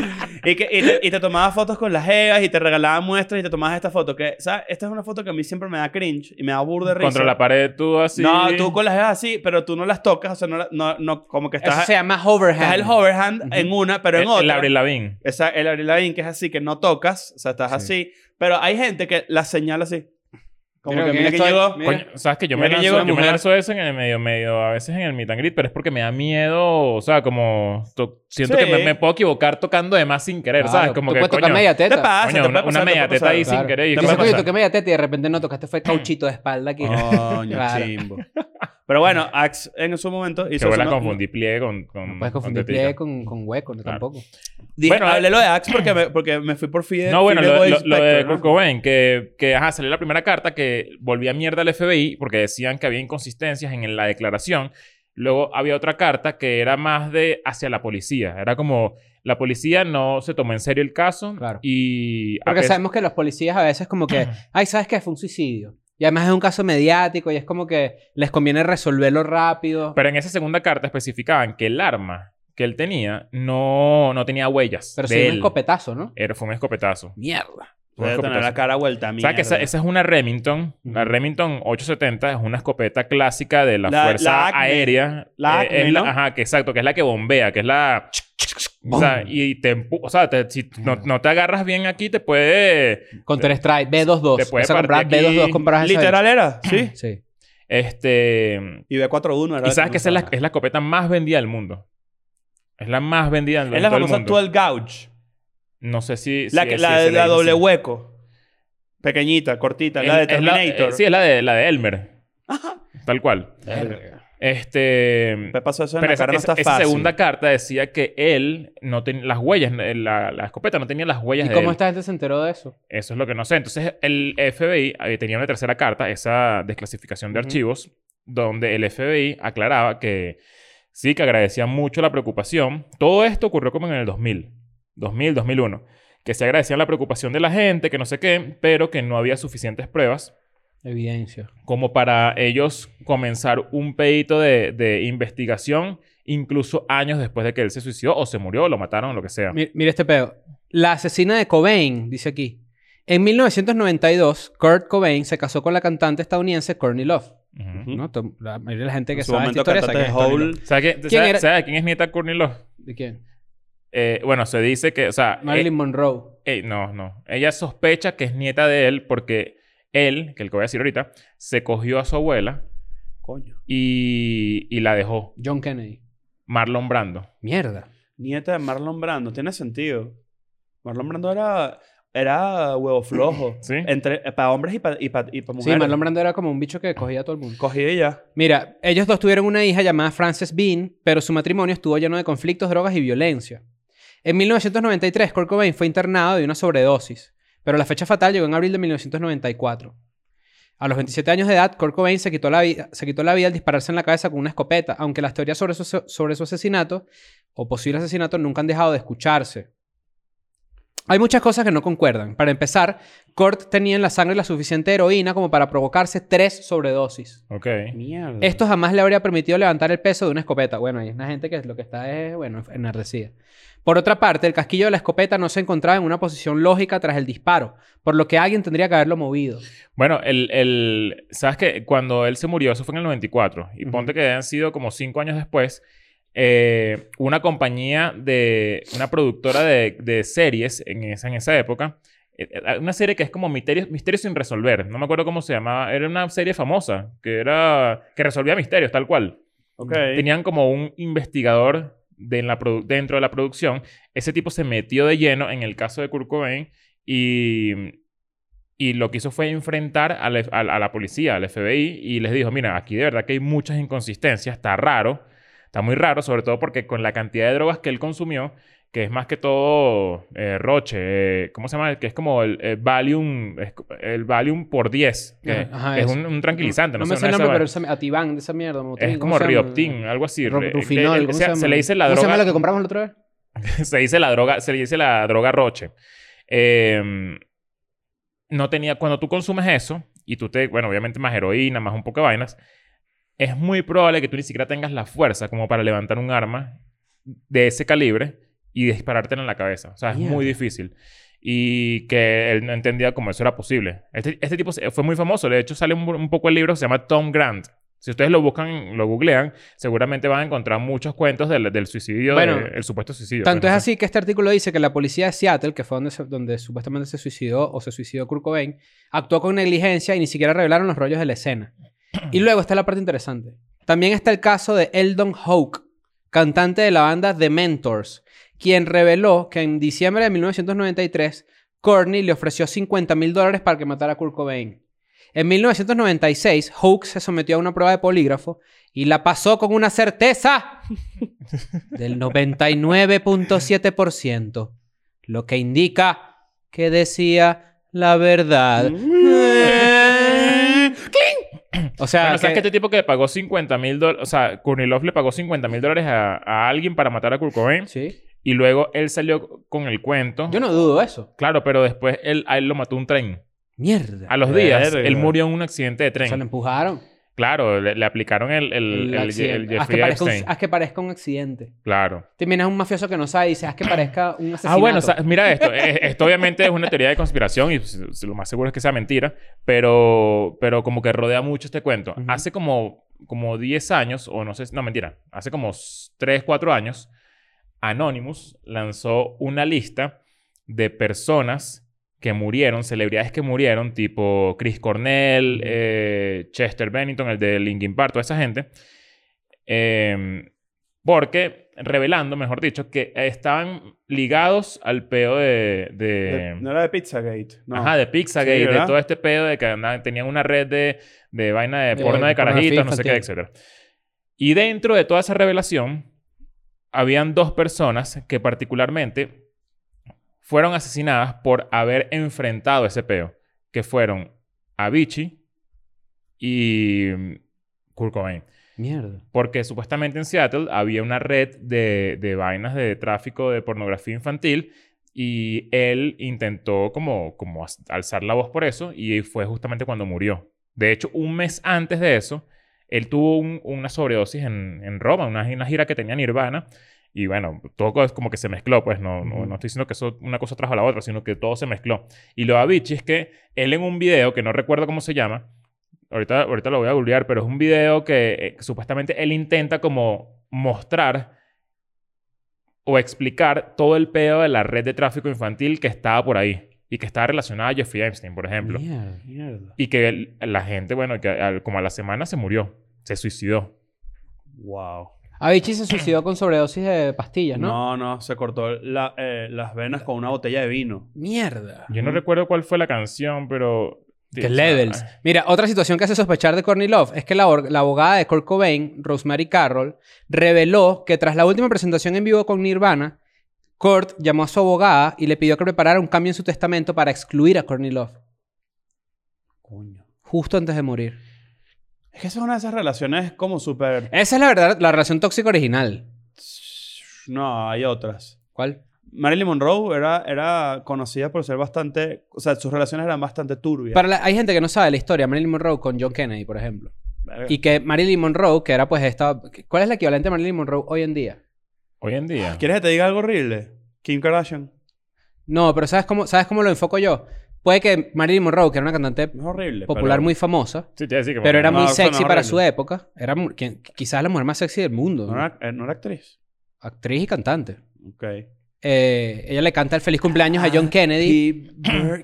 Speaker 3: y, que, y, te, y te tomabas fotos con las jevas y te regalaban muestras y te tomabas esta foto. Que, ¿sabes? Esta es una foto que a mí siempre me da cringe y me da burda de risa.
Speaker 2: Contra la pared tú así.
Speaker 3: No, tú con las jevas así, pero tú no las tocas. O sea, no, la- no, no como que
Speaker 4: Eso
Speaker 3: estás...
Speaker 4: se llama overhand.
Speaker 3: Estás el hoverhand en una, pero en
Speaker 2: El-
Speaker 3: otra.
Speaker 2: El Abril Lavín.
Speaker 3: Esa- el Avril Lavigne, que es así, que no tocas. O sea, estás así. Pero hay gente que la señala así. Como
Speaker 4: Mira
Speaker 3: que
Speaker 4: quién
Speaker 3: mira que
Speaker 4: estoy-
Speaker 3: llegó.
Speaker 4: Mira.
Speaker 2: Coño, sabes que yo me,
Speaker 3: Mira que
Speaker 2: lanzo,
Speaker 3: llegó la
Speaker 2: yo me
Speaker 3: mujer.
Speaker 2: lanzo eso en el medio, medio, a veces en el meet and greet, pero es porque me da miedo, o sea, como to- siento
Speaker 3: Sí.
Speaker 2: que me, me puedo equivocar tocando de más sin querer, ¿sabes? Como
Speaker 4: tú
Speaker 2: que
Speaker 4: puedes
Speaker 2: coño,
Speaker 4: tocar media
Speaker 3: Te
Speaker 4: teta.
Speaker 3: pasa,
Speaker 2: coño,
Speaker 3: te
Speaker 2: una,
Speaker 3: puede
Speaker 2: una
Speaker 3: pasar, te
Speaker 2: media
Speaker 3: puede
Speaker 2: teta ahí
Speaker 3: pasar.
Speaker 2: sin
Speaker 4: Claro.
Speaker 2: querer. y
Speaker 3: Te
Speaker 2: qué
Speaker 4: Dices,
Speaker 3: puede
Speaker 2: pasa?
Speaker 4: coño,
Speaker 3: pasar.
Speaker 4: toqué media teta y de repente no tocaste fue cauchito de espalda pues, aquí.
Speaker 3: Coño,
Speaker 4: Claro.
Speaker 3: chimbo. Pero bueno, Axe en su momento hizo...
Speaker 2: Que vuela
Speaker 3: eso, ¿no?
Speaker 2: confundir pliegue con, con,
Speaker 4: No puedes
Speaker 2: con
Speaker 4: confundir
Speaker 2: tetica.
Speaker 4: pie con, con hueco, no,
Speaker 2: Claro. Ah,
Speaker 4: tampoco.
Speaker 3: Dije-
Speaker 2: Bueno,
Speaker 3: hablé lo de Axe porque me, porque me fui por Fidel.
Speaker 2: No, bueno,
Speaker 3: Fidel
Speaker 2: lo,
Speaker 3: Boy
Speaker 2: lo- lo de
Speaker 3: Spectre, ¿no?
Speaker 2: Kurt Cobain, que, que ajá, salió la primera carta que volvía mierda al FBI porque decían que había inconsistencias en la declaración. Luego había otra carta que era más de hacia la policía. Era como la policía no se tomó en serio el caso
Speaker 4: Claro.
Speaker 2: y a
Speaker 4: Porque
Speaker 2: pesar-
Speaker 4: sabemos que los policías a veces como que, ay, ¿sabes qué? Fue un suicidio. Y además es un caso mediático y es como que les conviene resolverlo rápido. Pero,
Speaker 2: pero en esa segunda carta especificaban que el arma que él tenía no, no tenía huellas de
Speaker 4: sí un
Speaker 2: él.
Speaker 4: escopetazo, ¿no?
Speaker 2: Era- fue un escopetazo.
Speaker 4: Mierda.
Speaker 2: Fue un
Speaker 3: Voy a tener
Speaker 2: escopetazo.
Speaker 3: la cara vuelta a mí.
Speaker 2: ¿Sabes que esa, esa es una Remington? La
Speaker 4: Ujú.
Speaker 2: Remington 870 es una escopeta clásica de la,
Speaker 3: La-
Speaker 2: Fuerza
Speaker 3: la Acme.
Speaker 2: Aérea.
Speaker 3: La
Speaker 2: Eh, es
Speaker 3: Acme,
Speaker 2: la-
Speaker 3: ¿no?
Speaker 2: Ajá, que exacto, que es la que bombea, que es la... O sea, y te empu- O sea, te- si no, no te agarras bien aquí, te puede...
Speaker 4: Counter Strike,
Speaker 2: Te
Speaker 4: B22.
Speaker 2: puede
Speaker 4: Vas a comprar
Speaker 2: partir aquí,
Speaker 4: B22, compras esa-
Speaker 3: Literal era, sí.
Speaker 4: Sí.
Speaker 2: Este...
Speaker 3: Y B41 era.
Speaker 2: Y
Speaker 3: la
Speaker 2: sabes que esa es la,
Speaker 3: usaba.
Speaker 2: es la escopeta más vendida del mundo. Es la más vendida en
Speaker 3: Es la
Speaker 2: todo el
Speaker 3: famosa
Speaker 2: mundo.
Speaker 3: 12 Gouge.
Speaker 2: No sé si...
Speaker 3: La,
Speaker 2: si-
Speaker 3: que-
Speaker 2: si
Speaker 3: la,
Speaker 2: se le
Speaker 3: la
Speaker 2: dice
Speaker 3: doble
Speaker 2: así.
Speaker 3: hueco. Pequeñita, cortita. la de
Speaker 2: Es- es
Speaker 3: Terminator.
Speaker 2: eh, sí, es la de, la de Elmer. Tal cual. Este...
Speaker 3: Me pasó eso en
Speaker 2: Pero
Speaker 3: la
Speaker 2: esa,
Speaker 3: cara, no
Speaker 2: esa-
Speaker 3: está
Speaker 2: esa
Speaker 3: fácil.
Speaker 2: segunda carta decía que él no tenía las huellas, eh, la, la escopeta no tenía las huellas
Speaker 4: ¿Y
Speaker 2: de
Speaker 4: cómo
Speaker 2: él.
Speaker 4: esta gente se enteró de eso?
Speaker 2: Eso es lo que no sé. Entonces, el FBI eh, tenía una tercera carta, esa desclasificación de
Speaker 4: Ujú.
Speaker 2: archivos, donde el FBI aclaraba que, Sí, que agradecía mucho la preocupación. Todo esto ocurrió como en el 2000, 2000, 2001. Que se agradecían la preocupación de la gente, que no sé qué, pero que no había suficientes pruebas
Speaker 4: Evidencia.
Speaker 2: como para ellos comenzar un pedito de, de investigación, incluso años después de que él se suicidó o se murió o lo mataron o lo que sea.
Speaker 4: Mi- Mira este pedo. La asesina de Cobain, dice aquí. En 1992, Kurt Cobain se casó con la cantante estadounidense Courtney Love.
Speaker 2: Ujú.
Speaker 4: ¿no? To- La mayoría de la gente que
Speaker 3: En su
Speaker 4: sabe esta
Speaker 3: momento
Speaker 4: historia sabe
Speaker 3: cantante de
Speaker 4: quién es Courtney
Speaker 3: Hole.
Speaker 4: Love.
Speaker 2: ¿Sabe, qué-
Speaker 4: ¿Quién
Speaker 2: sabe-
Speaker 4: era?
Speaker 2: sabe quién es Nieta Courtney Love?
Speaker 4: ¿De quién?
Speaker 2: Eh, bueno, se dice que, o sea,
Speaker 4: Marilyn Monroe.
Speaker 2: eh, eh, no, no. Ella sospecha que es nieta de él porque él, que el que voy a decir ahorita, se cogió a su abuela
Speaker 3: Coño.
Speaker 2: y, y la dejó.
Speaker 4: John Kennedy.
Speaker 2: Marlon Brando.
Speaker 4: Mierda.
Speaker 3: Nieta de Marlon Brando. Tiene sentido. Marlon Brando era, era huevo flojo.
Speaker 2: Sí.
Speaker 3: Entre, para hombres y para y pa- y pa
Speaker 4: Sí,
Speaker 3: mujeres.
Speaker 4: Marlon Brando era como un bicho que cogía a todo el mundo.
Speaker 3: Cogí ella.
Speaker 4: Mira, ellos dos tuvieron una hija llamada Frances Bean, pero su matrimonio estuvo lleno de conflictos, drogas y violencia. En 1993, Kurt Cobain fue internado de una sobredosis, pero la fecha fatal llegó en abril de 1994. A los 27 años de edad, Kurt Cobain se quitó la vida, se quitó la vida al dispararse en la cabeza con una escopeta, aunque las teorías sobre su, sobre su asesinato o posible asesinato nunca han dejado de escucharse. Hay muchas cosas que no concuerdan. Para empezar, Kurt tenía en la sangre la suficiente heroína como para provocarse tres sobredosis.
Speaker 2: Ok.
Speaker 3: Mierda.
Speaker 4: Esto jamás le habría permitido levantar el peso de una escopeta. Bueno, hay una gente que lo que está es, bueno, enardecida. Por otra parte, el casquillo de la escopeta no se encontraba en una posición lógica tras el disparo, por lo que alguien tendría que haberlo movido.
Speaker 2: Bueno, el, el- ¿sabes qué? Cuando él se murió, eso fue en el 94, y
Speaker 4: Ujú.
Speaker 2: ponte que han sido como cinco años después, eh, una compañía de, una productora de, de series en esa, en esa época, eh, eh, una serie que es como misterios, misterios sin resolver, no me acuerdo cómo se llamaba, era una serie famosa, que era, que resolvía misterios, tal cual.
Speaker 3: Ok.
Speaker 2: Tenían como un investigador de la produ- dentro de la producción. Ese tipo se metió de lleno en el caso de Kurt Cobain y, y lo que hizo fue enfrentar al F- al- a, la policía, al FBI, y les dijo, mira, aquí de verdad que hay muchas inconsistencias, está raro, está muy raro, sobre todo porque con la cantidad de drogas que él consumió, que es más que todo eh, roche, eh, ¿cómo se llama? Que es como el, el Valium, es co- el Valium por 10, que
Speaker 4: Ajá,
Speaker 2: es
Speaker 4: eso.
Speaker 2: un, un tranquilizante. No,
Speaker 4: No, me
Speaker 2: sé,
Speaker 4: sé el
Speaker 2: una de
Speaker 4: nombre, pero
Speaker 2: esas
Speaker 4: esa, Ativan, de esa mierda. Motrin,
Speaker 2: es
Speaker 4: ¿cómo
Speaker 2: como
Speaker 4: se llama?
Speaker 2: Rioptin, algo así.
Speaker 4: Ru-
Speaker 2: Re-
Speaker 4: Rufinol,
Speaker 2: eh,
Speaker 4: ¿cómo
Speaker 2: se,
Speaker 4: llama?
Speaker 2: se le dice la
Speaker 4: ¿Cómo
Speaker 2: droga.
Speaker 4: se llama la que compramos la otra vez?
Speaker 2: se dice la droga, se le dice la droga roche. Eh, no tenía, cuando tú consumes eso, y tú te, bueno, obviamente más heroína, más un poco de vainas, es muy probable que tú ni siquiera tengas la fuerza como para levantar un arma de ese calibre y disparártela en la cabeza. O sea, es muy
Speaker 4: Mierda.
Speaker 2: difícil. Y que él no entendía cómo eso era posible. Este, este tipo se- fue muy famoso. De hecho, sale un, un poco el libro, se llama Tom Grant. Si ustedes lo buscan, lo googlean, seguramente van a encontrar muchos cuentos del, del suicidio,
Speaker 4: Bueno,
Speaker 2: de- el supuesto suicidio.
Speaker 4: Tanto
Speaker 2: pues,
Speaker 4: es
Speaker 2: no sé.
Speaker 4: así que este artículo dice que la policía de Seattle, que fue donde, se- donde supuestamente se suicidó o se suicidó Kurt Cobain, actuó con negligencia y ni siquiera revelaron los rollos de la escena. Y luego está la parte interesante. También está el caso de Eldon Hawke, cantante de la banda The Mentors, quien reveló que en diciembre de 1993, Courtney le ofreció 50 mil dólares para que matara a Kurt Cobain. En 1996, Hawke se sometió a una prueba de polígrafo y la pasó con una certeza del 99.7%, lo que indica que decía la verdad. o sea,
Speaker 2: Bueno, ¿sabes que
Speaker 4: que-
Speaker 2: este tipo que pagó 50 mil dólares? O sea, Kornilov le pagó 50 mil dólares a, a alguien para matar a Kurt Cobain.
Speaker 4: Sí.
Speaker 2: Y luego él salió con el cuento.
Speaker 4: Yo no dudo eso.
Speaker 2: Claro, pero después él, a él lo mató un tren.
Speaker 4: Mierda.
Speaker 2: A los días,
Speaker 3: Verga.
Speaker 2: él murió en un accidente de
Speaker 4: O sea, lo
Speaker 2: tren.
Speaker 4: empujaron.
Speaker 2: Claro, le, le aplicaron el, el,
Speaker 4: El
Speaker 2: el- el
Speaker 4: accidente. haz, que
Speaker 2: Jeffrey
Speaker 4: parezca un,
Speaker 2: Epstein.
Speaker 4: haz que parezca un accidente.
Speaker 2: Claro.
Speaker 4: Terminas un mafioso que no sabe y dices, haz que parezca un asesinato.
Speaker 2: Ah, bueno, o sea, mira esto. Eh, esto obviamente es una teoría de conspiración y s- s- lo más seguro es que sea mentira, pero, pero como que rodea mucho este cuento.
Speaker 4: Ujú.
Speaker 2: Hace como, como 10 años, o no sé, si- no, mentira, hace como 3, 4 años, Anonymous lanzó una lista de personas que murieron, celebridades que murieron, tipo Chris Cornell, eh, Chester Bennington, el de Linkin Park, toda esa gente. Eh, porque, revelando, mejor dicho, que estaban ligados al pedo de... de-
Speaker 3: De- no era de Pizzagate. No.
Speaker 2: Ajá, de Pizzagate,
Speaker 3: Sí,
Speaker 2: de
Speaker 3: ¿verdad?
Speaker 2: todo este pedo de que andaban- tenían una red de, de vaina de
Speaker 4: De
Speaker 2: porno de
Speaker 4: pornografía
Speaker 2: carajitos, no sé qué,
Speaker 4: infantil.
Speaker 2: etc. Y dentro de toda esa revelación, habían dos personas que particularmente fueron asesinadas por haber enfrentado ese peo, que fueron Avicii y mm, Kurt Cobain.
Speaker 4: Mierda.
Speaker 2: Porque supuestamente en Seattle había una red de, de vainas de tráfico de pornografía infantil y él intentó como, como as- alzar la voz por eso y fue justamente cuando murió. De hecho, un mes antes de eso, él tuvo un- una sobredosis en, en Roma, una, una gira que tenía Nirvana. Y bueno, todo co- como que se mezcló, pues no, no,
Speaker 4: Ujú.
Speaker 2: no estoy diciendo que eso una cosa trajo a la otra, sino que todo se mezcló. Y lo bichi es que él en un video, que no recuerdo cómo se llama, Ahorita, ahorita lo voy a googlear, pero es un video que eh, supuestamente él intenta como mostrar o explicar todo el pedo de la red de tráfico infantil que estaba por ahí y que estaba relacionada a Jeffrey Epstein, por ejemplo.
Speaker 4: Mierda.
Speaker 3: Mierda.
Speaker 2: Y que el- la gente, bueno, que al- como a la semana se murió, se suicidó.
Speaker 3: Wow.
Speaker 4: Avicii se suicidó con sobredosis de pastillas, ¿no?
Speaker 3: No, no, se cortó la- eh, las venas con una botella de vino.
Speaker 4: Mierda.
Speaker 2: Yo no recuerdo cuál fue la canción, pero... Ah,
Speaker 4: Que levels. Mira, otra situación que hace sospechar de Courtney Love es que la, or- la abogada de Kurt Cobain, Rosemary Carroll, reveló que tras la última presentación en vivo con Nirvana, Kurt llamó a su abogada y le pidió que preparara un cambio en su testamento para excluir a Courtney Love,
Speaker 3: Coño.
Speaker 4: justo antes de morir.
Speaker 3: Es que esa es una de esas relaciones como súper...
Speaker 4: Esa es la verdad, la relación tóxica original.
Speaker 3: No, hay otras.
Speaker 4: ¿Cuál?
Speaker 3: Marilyn Monroe era, era conocida por ser bastante... O sea, sus relaciones eran bastante turbias.
Speaker 4: Para la- hay gente que no sabe la historia de Marilyn Monroe con John Kennedy, por ejemplo.
Speaker 3: Verga.
Speaker 4: Y que Marilyn Monroe, que era pues esta... ¿Cuál es la equivalente de Marilyn Monroe hoy en día?
Speaker 2: Hoy en día.
Speaker 3: ¿Quieres que te diga algo horrible? Kim Kardashian.
Speaker 4: No, pero ¿sabes cómo, ¿sabes cómo lo enfoco yo? Puede que Marilyn Monroe, que era una cantante
Speaker 3: No es horrible.
Speaker 4: popular
Speaker 3: pero-
Speaker 4: muy famosa,
Speaker 2: Sí, te iba a decir que-
Speaker 4: pero era
Speaker 3: no,
Speaker 4: muy
Speaker 3: eso no es
Speaker 4: sexy para su
Speaker 3: horrible.
Speaker 4: época. Era mu- quien- quizás la mujer más sexy del mundo.
Speaker 3: No era, eh, no era actriz.
Speaker 4: Actriz y cantante.
Speaker 3: Ok.
Speaker 4: Eh, ella le canta el feliz cumpleaños a
Speaker 3: Ah,
Speaker 4: John Kennedy.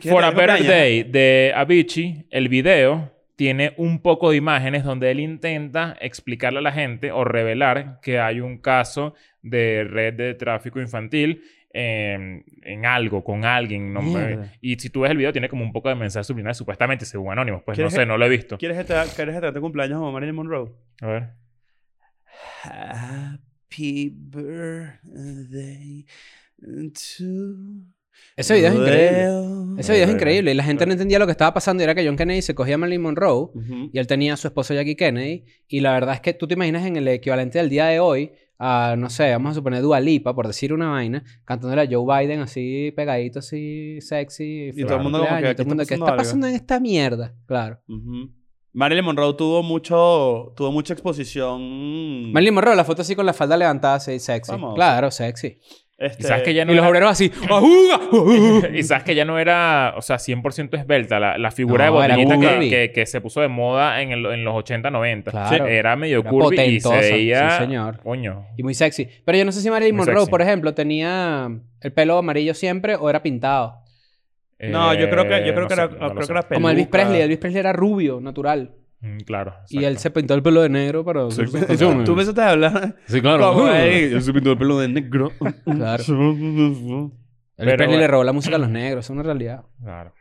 Speaker 2: For a Better Day de Avicii, el video tiene un poco de imágenes donde él intenta explicarle a la gente o revelar que hay un caso de red de tráfico infantil eh, en algo, con alguien. no me-
Speaker 4: Mierda.
Speaker 2: y si tú ves el video, tiene como un poco de mensaje subliminal, supuestamente, según Anónimos. Pues no
Speaker 3: ¿Quieres
Speaker 2: sé,
Speaker 3: que-
Speaker 2: no lo he visto.
Speaker 3: ¿Quieres que te quieres que te haga tu cumpleaños como Marilyn Monroe?
Speaker 2: A ver.
Speaker 3: Happy birthday to
Speaker 4: Ese video es increíble.
Speaker 3: Leo.
Speaker 4: Ese video
Speaker 2: Increíble.
Speaker 4: es increíble. Y la gente no
Speaker 3: Claro.
Speaker 4: entendía lo que estaba pasando. Y era que John Kennedy se cogía a Marilyn Monroe.
Speaker 3: Ujú.
Speaker 4: Y él tenía a su esposo Jackie Kennedy. Y la verdad es que tú te imaginas en el equivalente del día de hoy a, no sé, vamos a suponer Dua Lipa, por decir una vaina, cantándole a Joe Biden así pegadito, así sexy. feliz
Speaker 2: todo el
Speaker 3: mundo como
Speaker 4: cumpleaños,
Speaker 3: que,
Speaker 4: y todo el
Speaker 3: ¿qué
Speaker 4: mundo,
Speaker 3: está
Speaker 4: ¿qué
Speaker 3: pasando
Speaker 4: está
Speaker 3: algo?
Speaker 4: pasando en esta mierda? Claro.
Speaker 3: Ujú. Marilyn Monroe tuvo mucho tuvo mucha exposición.
Speaker 4: Marilyn Monroe, la foto así con la falda levantada, así sexy.
Speaker 3: Vamos.
Speaker 4: Claro, sexy.
Speaker 3: Este,
Speaker 2: Y sabes que ya no
Speaker 4: Y los
Speaker 2: era-
Speaker 4: obreros así, ¡ajuga! ¡ajuga!
Speaker 2: y sabes que ya no era, o sea, 100% esbelta. La, la figura
Speaker 4: No,
Speaker 2: de
Speaker 4: era
Speaker 2: botellita que,
Speaker 4: curvy.
Speaker 2: que- que se puso de moda en, el- en los 80, 90.
Speaker 4: Claro.
Speaker 2: Era medio
Speaker 4: Era
Speaker 2: curvy y se
Speaker 4: potentosa, sí,
Speaker 2: veía...
Speaker 4: señor.
Speaker 2: Coño.
Speaker 4: Y muy sexy. Pero yo no sé si Marilyn
Speaker 2: Muy
Speaker 4: Monroe,
Speaker 2: sexy.
Speaker 4: por ejemplo, tenía el pelo amarillo siempre o era pintado.
Speaker 3: No, yo creo que yo
Speaker 2: Eh,
Speaker 3: creo
Speaker 2: no
Speaker 3: que
Speaker 2: sé,
Speaker 3: era
Speaker 2: no
Speaker 3: creo
Speaker 2: lo
Speaker 3: que
Speaker 2: sé.
Speaker 3: era
Speaker 4: Como Elvis
Speaker 3: peluca.
Speaker 4: Presley. Elvis Presley era rubio, natural.
Speaker 2: Mm, claro.
Speaker 4: Y él se pintó el pelo de negro para...
Speaker 3: Sí, Tú tú empezaste a hablar.
Speaker 4: Sí,
Speaker 3: Como, "Ey, Yo soy pintor de pelo de negro.
Speaker 4: Claro.
Speaker 3: En
Speaker 4: Elvis
Speaker 2: Pero
Speaker 4: Presley
Speaker 2: bueno.
Speaker 4: le robó la música a los negros, es una realidad.
Speaker 2: Claro.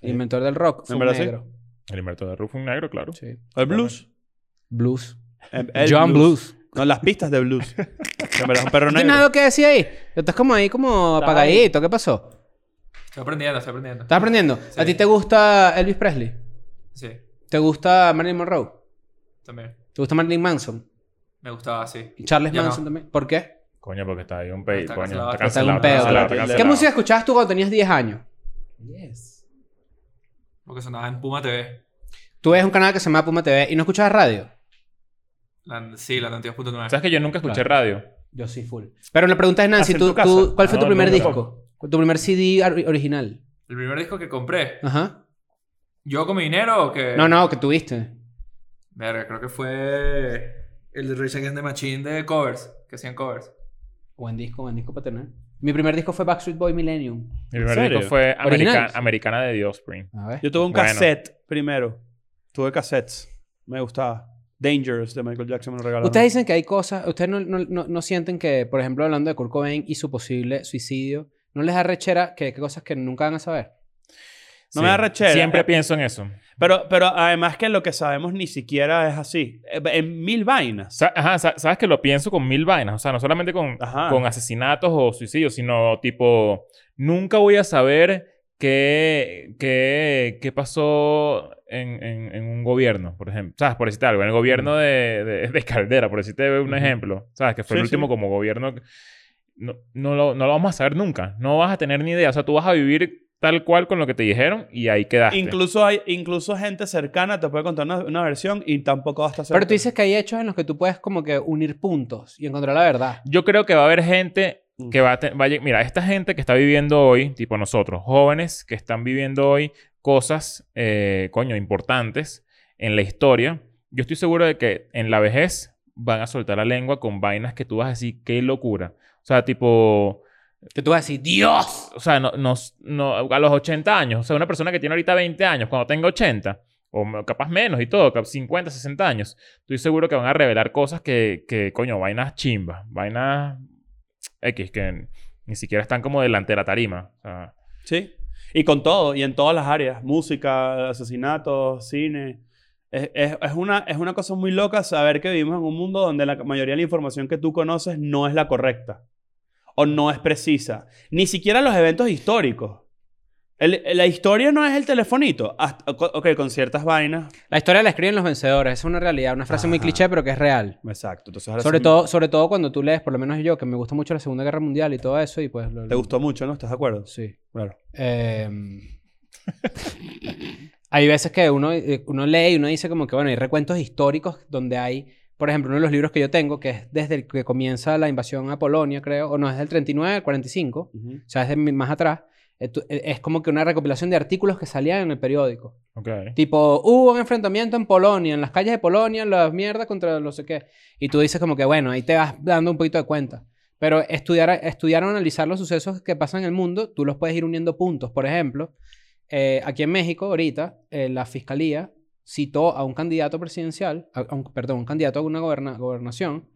Speaker 4: El inventor del rock fue un
Speaker 3: verdad sí?
Speaker 4: negro.
Speaker 2: El inmerto de Rufo un negro, claro.
Speaker 4: Sí.
Speaker 3: El blues.
Speaker 4: Blues.
Speaker 3: El- el
Speaker 4: John Blues.
Speaker 3: No, las pistas de blues. En verdad, un perro
Speaker 4: ¿No tienes
Speaker 3: negro.
Speaker 4: algo que decir ahí? Estás como ahí, como
Speaker 3: Estaba
Speaker 4: apagadito. ¿Qué pasó?
Speaker 5: Estoy aprendiendo, estoy aprendiendo.
Speaker 4: ¿Estás aprendiendo? ¿A ti te gusta Elvis Presley?
Speaker 5: Sí,
Speaker 4: ¿Te gusta Marilyn Monroe?
Speaker 5: también.
Speaker 4: ¿Te gusta Marilyn Manson?
Speaker 5: Me gustaba, sí.
Speaker 4: ¿Charles
Speaker 5: Ya no.
Speaker 4: Manson también? ¿Por qué?
Speaker 2: Coño, porque está ahí un pedo.
Speaker 5: Está
Speaker 2: coño,
Speaker 5: cancelado.
Speaker 2: está
Speaker 4: Está
Speaker 5: Está
Speaker 4: en
Speaker 2: cancelado.
Speaker 4: un
Speaker 2: Está
Speaker 4: pedo.
Speaker 2: cancelado,
Speaker 3: ¿Qué
Speaker 2: está
Speaker 4: ¿Qué
Speaker 2: cancelado.
Speaker 4: música escuchabas tú cuando tenías 10 años?
Speaker 5: Porque sonaba en Puma TV.
Speaker 4: Tú ves un canal que se llama Puma TV y no escuchabas radio.
Speaker 5: La- sí, la 92.9.
Speaker 2: ¿Sabes que yo nunca escuché radio?
Speaker 4: Yo sí, full. Pero la pregunta es,
Speaker 3: Hasta
Speaker 4: Nancy,
Speaker 3: en
Speaker 4: ¿tú,
Speaker 3: tu casa.
Speaker 4: tú- cuál fue
Speaker 2: No,
Speaker 4: tu primer
Speaker 2: nunca.
Speaker 4: disco? ¿Tu primer CD or- original?
Speaker 5: El primer disco que compré.
Speaker 4: Ajá.
Speaker 5: ¿Yo con mi dinero o qué?
Speaker 4: No, no, que tuviste.
Speaker 5: Verga, creo que fue el de Rage Against the Machine de covers, que hacían covers.
Speaker 4: Buen disco, buen disco para tener. Mi primer disco fue Backstreet Boy Millennium.
Speaker 2: Mi primer
Speaker 3: serio?
Speaker 2: disco fue
Speaker 4: ¿Originales?
Speaker 2: America- Americana de The Offspring.
Speaker 4: A ver.
Speaker 3: Yo tuve un
Speaker 2: Bueno.
Speaker 3: cassette primero. Tuve cassettes. Me gustaba. Dangerous de Michael Jackson me lo regalaron.
Speaker 4: Ustedes dicen que hay cosas, ustedes no, no- no- no sienten que, por ejemplo, hablando de Kurt Cobain y su posible suicidio, ¿no les da rechera que hay cosas que nunca van a saber?
Speaker 3: No me da rechera.
Speaker 2: Siempre pienso en eso.
Speaker 3: Pero, pero además que lo que sabemos ni siquiera es así. Eh, En mil vainas.
Speaker 2: Sa- Ajá, sa- sabes que lo pienso con mil vainas. O sea, no solamente con,
Speaker 3: Ajá.
Speaker 2: con asesinatos o suicidios, sino tipo, nunca voy a saber ¿Qué, qué, qué pasó en, en- en un gobierno, por ejemplo? ¿Sabes? Por decirte algo, en el gobierno de, de- de Caldera, por decirte un
Speaker 3: Mm. Ujú.
Speaker 2: ejemplo. ¿Sabes? Que fue el
Speaker 3: Sí, sí.
Speaker 2: último como gobierno. que- No, no, lo, no lo vamos a saber nunca. No vas a tener ni idea. O sea, tú vas a vivir tal cual con lo que te dijeron y ahí quedaste.
Speaker 3: Incluso, hay, incluso gente cercana te puede contar una, una versión y tampoco vas a estar
Speaker 4: Pero tú
Speaker 3: cerca.
Speaker 4: dices que hay hechos en los que tú puedes como que unir puntos y encontrar la verdad.
Speaker 2: Yo creo que va a haber gente que va a, te- va a lleg- Mira, esta gente que está viviendo hoy, tipo nosotros, jóvenes que están viviendo hoy cosas, eh, coño, importantes en la historia. Yo estoy seguro de que en la vejez van a soltar la lengua con vainas que tú vas a decir, qué locura. O sea, tipo,
Speaker 4: Que tú vas a decir, ¡Dios!
Speaker 2: o sea, no, no- no- a los 80 años, o sea, una persona que tiene ahorita 20 años, cuando tenga 80, o me- capaz menos y todo, cap- 50, 60 años, estoy seguro que van a revelar cosas que, que coño, vainas chimbas, vainas X, que ni siquiera están como delante de la tarima. O sea,
Speaker 3: Sí. Y con todo, y en todas las áreas. Música, asesinatos, cine. Es, es- es una, es una cosa muy loca saber que vivimos en un mundo donde la mayoría de la información que tú conoces no es la correcta. O no es precisa. Ni siquiera los eventos históricos. El- la historia no es el telefonito. Hasta- co- ok, con ciertas vainas.
Speaker 4: La historia la escriben los vencedores. Es una realidad, una frase muy
Speaker 3: Ajá.
Speaker 4: cliché, pero que es real.
Speaker 3: Exacto. Entonces, ahora
Speaker 4: Sobre
Speaker 3: sí-
Speaker 4: todo, sobre todo cuando tú lees, por lo menos yo, que me gusta mucho la Segunda Guerra Mundial y todo eso, y pues... lo-
Speaker 3: Te gustó mucho, ¿no? ¿Estás de acuerdo?
Speaker 4: Sí.
Speaker 3: Claro.
Speaker 4: Em, hay veces que uno, eh, uno lee y uno dice como que, bueno, hay recuentos históricos donde hay, por ejemplo, uno de los libros que yo tengo, que es desde el que comienza la invasión a Polonia, creo, o no, es del 39 al 45,
Speaker 3: Ujú.
Speaker 4: o sea, es de mi- más atrás, eh, tú- eh, es como que una recopilación de artículos que salían en el periódico.
Speaker 2: ok.
Speaker 4: Tipo, hubo un enfrentamiento en Polonia, en las calles de Polonia, la mierda contra no sé qué. Y tú dices como que, bueno, ahí te vas dando un poquito de cuenta. Pero estudiar, estudiar o analizar los sucesos que pasan en el mundo, tú los puedes ir uniendo puntos. Por ejemplo, eh, aquí en México, ahorita, eh, la fiscalía citó a un candidato presidencial, a- a un- perdón, un candidato a una goberna- gobernación,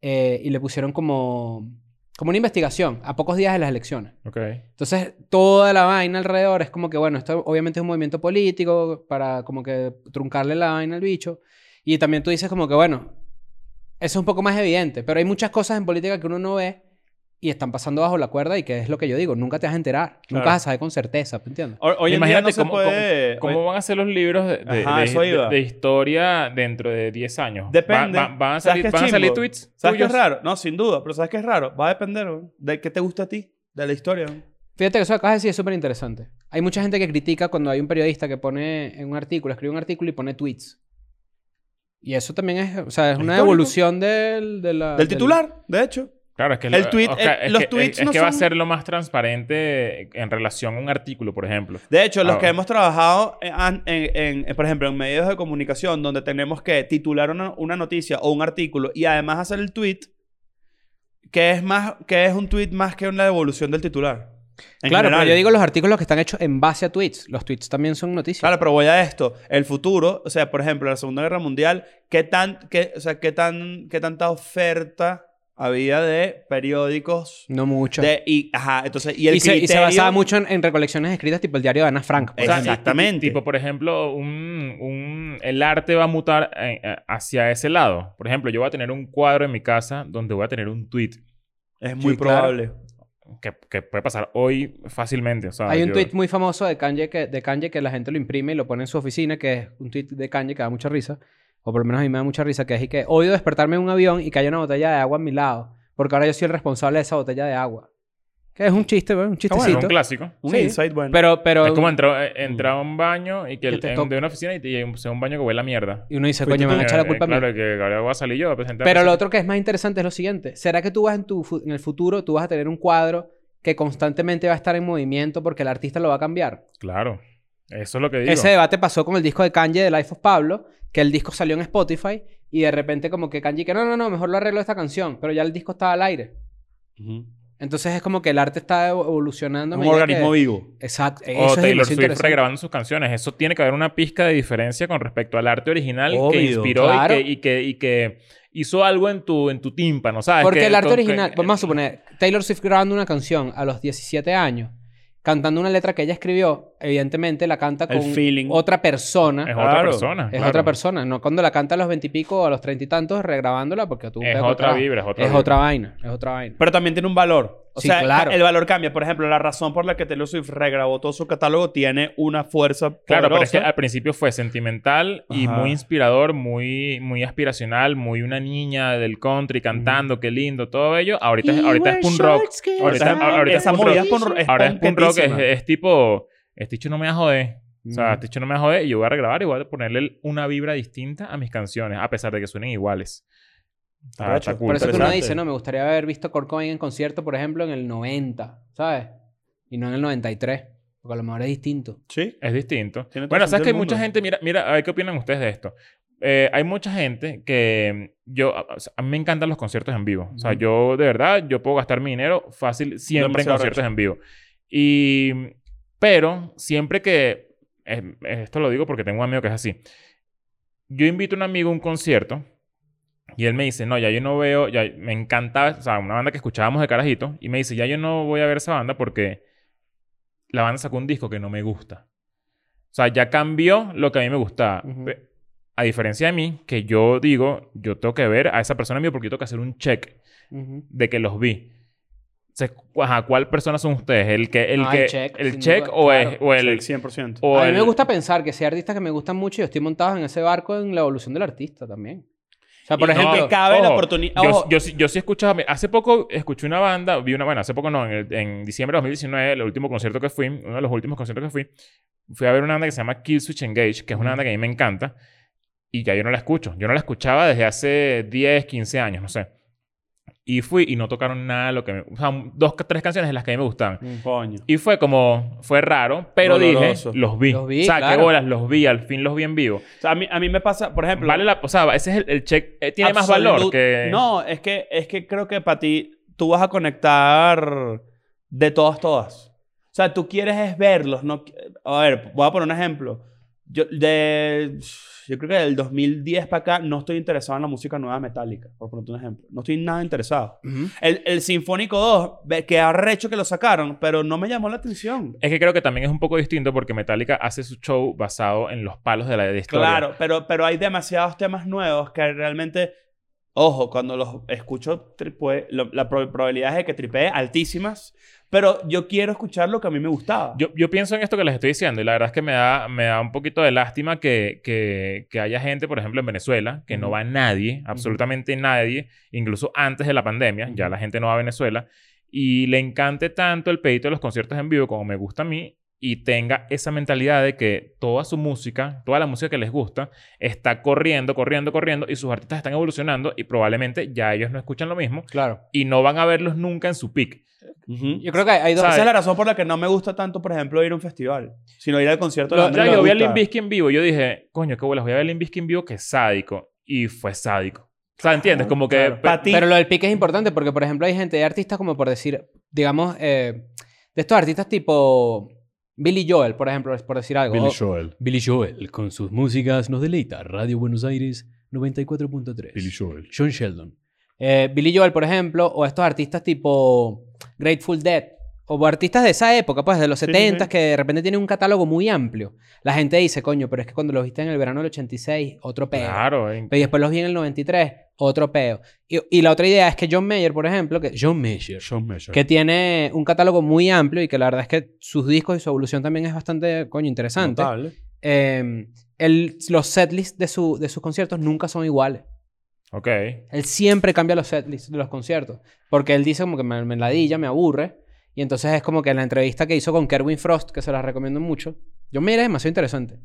Speaker 4: eh, y le pusieron como, como una investigación a pocos días de las elecciones.
Speaker 2: Ok.
Speaker 4: Entonces, toda la vaina alrededor es como que, bueno, esto obviamente es un movimiento político para como que truncarle la vaina al bicho. Y también tú dices como que, bueno, eso es un poco más evidente, pero hay muchas cosas en política que uno no ve y están pasando bajo la cuerda y que es lo que yo digo, nunca te vas a enterar, nunca
Speaker 3: Claro.
Speaker 4: vas a saber con certeza, ¿me entiendes?
Speaker 3: O- Hoy en día
Speaker 2: Imagínate
Speaker 3: no se
Speaker 2: cómo-
Speaker 3: puede...
Speaker 2: ¿Cómo
Speaker 3: hoy-
Speaker 2: van a ser los libros de, de-
Speaker 3: Eh, Ajá,
Speaker 2: de-
Speaker 3: eso iba.
Speaker 2: de- de historia dentro de 10 años?
Speaker 3: Depende.
Speaker 2: Va- va- ¿Van a
Speaker 3: ¿Sabes
Speaker 2: salir,
Speaker 3: qué es
Speaker 2: van a salir
Speaker 3: chimbo?
Speaker 2: tweets?
Speaker 3: ¿Sabes qué es
Speaker 2: tuyos?
Speaker 3: raro? No, sin duda, pero ¿sabes qué es raro? Va a depender güey, de qué te gusta a ti, de la historia. güey.
Speaker 2: Ah,
Speaker 4: Fíjate que eso que acabas de decir es súper interesante. Hay mucha gente que critica cuando hay un periodista que pone en un artículo, escribe un artículo y pone tweets. Y eso también es, o sea, es una
Speaker 3: Histórico.
Speaker 4: evolución del, de la-
Speaker 3: Del titular, de hecho.
Speaker 2: Claro, es que
Speaker 3: El
Speaker 2: lo-
Speaker 3: tweet-
Speaker 2: Oscar,
Speaker 3: el-
Speaker 2: es
Speaker 3: los
Speaker 2: que-
Speaker 3: tweets
Speaker 2: es
Speaker 3: no
Speaker 2: que va a
Speaker 3: son-
Speaker 2: ser lo más transparente en relación a un artículo, por ejemplo.
Speaker 3: De hecho, los
Speaker 2: Ah,
Speaker 3: que
Speaker 2: bueno.
Speaker 3: hemos trabajado, en, an- en- en- por ejemplo, en medios de comunicación, donde tenemos que titular una, una noticia o un artículo y además hacer el tweet, que es, más, que es un tweet más que una devolución del titular. En
Speaker 4: claro,
Speaker 3: general.
Speaker 4: pero yo digo los artículos que están hechos en base a tweets. Los tweets también son noticias.
Speaker 3: Claro, pero voy a esto. El futuro, o sea, por ejemplo, la Segunda Guerra Mundial, ¿qué, tan, qué, o sea, qué, tan, qué tanta oferta había de periódicos
Speaker 4: No mucho.
Speaker 3: De- y, ajá, entonces, y el
Speaker 4: y, se, y se
Speaker 3: criterio-
Speaker 4: basaba mucho en, en recolecciones escritas tipo el diario de Ana Frank. pues. por
Speaker 2: O sea,
Speaker 4: ejemplo.
Speaker 3: Exactamente.
Speaker 2: y- y- tipo, por ejemplo, un, un- el arte va a mutar eh, eh, hacia ese lado. Por ejemplo, yo voy a tener un cuadro en mi casa donde voy a tener un tweet
Speaker 3: Es muy
Speaker 4: Sí, claro.
Speaker 3: probable.
Speaker 2: que, que puede pasar hoy fácilmente. O sea,
Speaker 4: Hay un
Speaker 2: yo-
Speaker 4: tweet muy famoso de Kanye, que, de Kanye que la gente lo imprime y lo pone en su oficina, que es un tweet de Kanye que da mucha risa, o por lo menos a mí me da mucha risa, que es y que odio despertarme en un avión y que haya una botella de agua a mi lado, porque ahora yo soy el responsable de esa botella de agua. Que es un chiste, ¿verdad? un
Speaker 2: Ah, Bueno,
Speaker 4: chistecito.
Speaker 2: un clásico.
Speaker 3: Un
Speaker 4: Sí.
Speaker 3: insight bueno.
Speaker 4: pero, pero
Speaker 2: Es como entrar, eh, entrar a un baño y que,
Speaker 4: Que
Speaker 2: el-
Speaker 4: te
Speaker 2: en-
Speaker 4: toque.
Speaker 2: de una oficina y, te, y un- sea un baño que huele a mierda.
Speaker 4: y uno dice,
Speaker 3: Fuiste
Speaker 4: coño, me van a
Speaker 2: Eh,
Speaker 4: echar la
Speaker 2: eh,
Speaker 4: culpa a mí.
Speaker 2: Claro, que ahora voy a salir yo a presentar.
Speaker 4: Pero lo otro que es más interesante es lo siguiente. ¿Será que tú vas en, tu, fu- en el futuro, tú vas a tener un cuadro que constantemente va a estar en movimiento porque el artista lo va a cambiar?
Speaker 2: Claro. Eso es lo que digo.
Speaker 4: Ese debate pasó con el disco de Kanye de Life of Pablo, que el disco salió en Spotify y de repente como que Kanye que no, no, no, mejor lo arreglo esta canción, pero ya el disco estaba al aire.
Speaker 3: Ujú.
Speaker 4: Entonces es como que el arte está evo- evolucionando. a
Speaker 3: un
Speaker 4: medida
Speaker 3: organismo
Speaker 4: que-
Speaker 3: vivo.
Speaker 4: Exacto.
Speaker 2: O
Speaker 4: Eso es
Speaker 2: Taylor
Speaker 4: demasiado
Speaker 2: Swift
Speaker 4: interesante.
Speaker 2: regrabando sus canciones. Eso tiene que haber una pizca de diferencia con respecto al arte original
Speaker 3: Obvio,
Speaker 2: que inspiró y
Speaker 4: claro.
Speaker 2: que- y, que, y, que, hizo algo en tu, en tu tímpano, ¿sabes?
Speaker 4: Porque
Speaker 2: Ah, Que-
Speaker 4: el arte
Speaker 2: con- que-
Speaker 4: original, vamos a suponer, Taylor Swift grabando una canción a los 17 años, cantando una letra que ella escribió, evidentemente la canta
Speaker 3: El
Speaker 4: con
Speaker 3: feeling.
Speaker 4: otra persona.
Speaker 2: Es
Speaker 4: Es,
Speaker 2: otra
Speaker 3: Claro.
Speaker 2: persona. claro.
Speaker 4: otra persona. No cuando la canta a los veintipico o a los treinta y tantos regrabándola porque tú...
Speaker 2: Es
Speaker 4: pegas
Speaker 2: otra
Speaker 4: otra-
Speaker 2: vibra, es otra
Speaker 4: Es
Speaker 2: vibra.
Speaker 4: otra vaina, es otra vaina.
Speaker 3: Pero también tiene un valor. O
Speaker 4: Sí,
Speaker 3: sea,
Speaker 4: claro.
Speaker 3: el valor cambia. Por ejemplo, la razón por la que Taylor Swift regrabó todo su catálogo tiene una fuerza
Speaker 2: Claro, pero es que
Speaker 3: poderosa.
Speaker 2: al principio fue sentimental y
Speaker 3: Ajá.
Speaker 2: muy inspirador, muy, muy aspiracional, muy una niña del country
Speaker 3: Mm.
Speaker 2: cantando, qué lindo, todo ello. Ahorita, es- ahorita es punk rock. Ahorita,
Speaker 3: Esa-
Speaker 2: ahorita es
Speaker 3: esa
Speaker 2: punk
Speaker 3: movida
Speaker 2: rock.
Speaker 3: es punk- es
Speaker 2: Ahora es punk rock, es,
Speaker 3: punketísima.
Speaker 2: es tipo, este hecho no me va a joder. O sea,
Speaker 4: Mm.
Speaker 2: este hecho no me va a joder y yo voy a regrabar y voy a ponerle el- una vibra distinta a mis canciones, a pesar de que suenen iguales. Está,
Speaker 3: Arrecho.
Speaker 2: está cool.
Speaker 4: Mm. Por eso que uno
Speaker 3: interesante.
Speaker 4: dice, no, me gustaría haber visto Kurt Cobain en concierto, por ejemplo, en el 90, ¿sabes? Y no en el 93, porque a lo mejor es distinto.
Speaker 3: Sí.
Speaker 2: Es distinto.
Speaker 3: Tiene todo
Speaker 2: Bueno,
Speaker 3: el
Speaker 2: sabes que hay
Speaker 3: sentido del
Speaker 2: mucha
Speaker 3: mundo.
Speaker 2: gente, mira, mira, a ver qué opinan ustedes de esto. Eh, hay mucha gente que mm, yo, a- o sea, a mí me encantan los conciertos en vivo. O sea,
Speaker 3: Ujú.
Speaker 2: yo de verdad, yo puedo gastar mi dinero fácil siempre en
Speaker 3: Demasiado
Speaker 2: conciertos en vivo. Y, mm, pero siempre que, eh, esto lo digo porque tengo un amigo que es así. Yo invito a un amigo a un concierto y él me dice, no, ya yo no veo, ya me encantaba, o sea, una banda que escuchábamos de carajito y me dice, ya yo no voy a ver esa banda porque la banda sacó un disco que no me gusta. O sea, ya cambió lo que a mí me gustaba.
Speaker 4: Ujú.
Speaker 2: Pe- A diferencia de mí, que yo digo, yo tengo que ver a esa persona en vivo porque yo tengo que hacer un check de que los vi. O sea, cu- ajá, ¿Cuál persona son ustedes? ¿El que el
Speaker 4: Ah, el
Speaker 2: que
Speaker 4: check,
Speaker 2: el
Speaker 4: sin
Speaker 2: check
Speaker 4: duda,
Speaker 2: o,
Speaker 4: claro.
Speaker 2: es, o el
Speaker 3: Sí, 100%.
Speaker 2: o
Speaker 4: a mí
Speaker 2: el-
Speaker 4: me gusta pensar que si hay artistas que me gustan mucho, yo estoy montado en ese barco en la evolución del artista también. O sea, por
Speaker 2: Y no,
Speaker 4: ejemplo...
Speaker 3: que cabe la
Speaker 2: ojo,
Speaker 3: oportuni-
Speaker 2: Yo,
Speaker 3: ojo.
Speaker 2: yo, sí- yo sí escuchaba. Hace poco escuché una banda, vi una. Bueno, hace poco no, en, el- en diciembre de 2019, el último concierto que fui, uno de los últimos conciertos que fui, fui a ver una banda que se llama Kill Switch Engage, que es una banda que a mí me encanta. Y ya yo no la escucho. Yo no la escuchaba desde hace 10, 15 años, no sé. Y fui y no tocaron nada de lo que me. O sea, dos, tres canciones de las que a mí me gustaban.
Speaker 3: Coño.
Speaker 2: Y fue como, fue raro, pero
Speaker 3: Doloroso.
Speaker 2: dije, los vi.
Speaker 4: Los vi,
Speaker 2: o sea, qué
Speaker 4: claro.
Speaker 2: bolas, los vi, al fin los vi en vivo.
Speaker 3: O sea, a, mí, a mí me pasa, por ejemplo...
Speaker 2: Vale la, o sea, ese es el, el check, eh, tiene más
Speaker 3: absolut-
Speaker 2: valor que...
Speaker 3: No, es que, es que creo que para ti tú vas a conectar de todas, todas. O sea, tú quieres es verlos. No... qui- A ver, voy a poner un ejemplo. Yo, de, yo creo que del 2010 para acá no estoy interesado en la música nueva metálica, por poner un ejemplo. No estoy nada interesado.
Speaker 4: Ujú.
Speaker 3: El, el Sinfónico 2, ve- que arrecho que lo sacaron, pero no me llamó la atención.
Speaker 2: Es que creo que también es un poco distinto porque Metallica hace su show basado en los palos de la de historia.
Speaker 3: Claro, pero, pero hay demasiados temas nuevos que realmente, ojo, cuando los escucho, tripue- lo- la pro- probabilidad es de que tripee altísimas, pero yo quiero escuchar lo que a mí me gustaba.
Speaker 2: Yo, yo pienso en esto que les estoy diciendo y la verdad es que me da, me da un poquito de lástima que, que, que haya gente, por ejemplo, en Venezuela, que no
Speaker 3: Ujú.
Speaker 2: va nadie, absolutamente nadie, incluso antes de la pandemia, ya la gente no va a Venezuela, y le encante tanto el pedito de los conciertos en vivo como me gusta a mí y tenga esa mentalidad de que toda su música, toda la música que les gusta, está corriendo, corriendo, corriendo y sus artistas están evolucionando y probablemente ya ellos no escuchan lo mismo
Speaker 4: Claro.
Speaker 2: y no van a verlos nunca en su pick.
Speaker 3: Ujú.
Speaker 4: Yo creo que hay, hay dos...
Speaker 3: Esa es la razón por la que no me gusta tanto, por ejemplo, ir a un festival, sino ir al concierto. de
Speaker 4: Lo-
Speaker 3: la
Speaker 2: O
Speaker 3: banda
Speaker 2: sea,
Speaker 3: que me
Speaker 2: yo vi a
Speaker 3: gusta.
Speaker 2: Limp Bizkit en vivo y yo dije, coño, qué bolas, voy a ver a Limp Bizkit en vivo que es sádico. Y fue sádico. O sea, ¿entiendes? Como que...
Speaker 4: Claro.
Speaker 2: pe-
Speaker 3: Pa' ti-
Speaker 4: Pero lo del pique es importante porque, por ejemplo, hay gente, hay artistas como por decir, digamos, eh, de estos artistas tipo Billy Joel, por ejemplo, por decir algo. o-
Speaker 6: Joel.
Speaker 7: Oh, Billy Joel, con sus músicas, nos deleita. Radio Buenos Aires 94.3.
Speaker 6: Billy Joel.
Speaker 7: John Sheldon.
Speaker 4: eh, Billy Joel, por ejemplo, o estos artistas tipo Grateful Dead, o artistas de esa época, pues de los
Speaker 3: Sí, sí,
Speaker 4: 70
Speaker 3: sí.
Speaker 4: que de repente tienen un catálogo muy amplio. La gente dice, coño, pero es que cuando los viste en el verano del 86, otro peo.
Speaker 2: Claro. en-
Speaker 4: Pero después los vi en el 93, otro peo. Y, y la otra idea es que John Mayer, por ejemplo, que John Mayer,
Speaker 6: John Mayer.
Speaker 4: que tiene un catálogo muy amplio y que la verdad es que sus discos y su evolución también es bastante, coño, interesante.
Speaker 6: Notable.
Speaker 4: Eh, el- los setlists de, su, de sus conciertos nunca son iguales.
Speaker 2: Ok.
Speaker 4: Él siempre cambia los setlists de los conciertos. Porque él dice como que me, me ladilla, me aburre. Y entonces es como que en la entrevista que hizo con Kerwin Frost, que se las recomiendo mucho, yo mira, es demasiado interesante.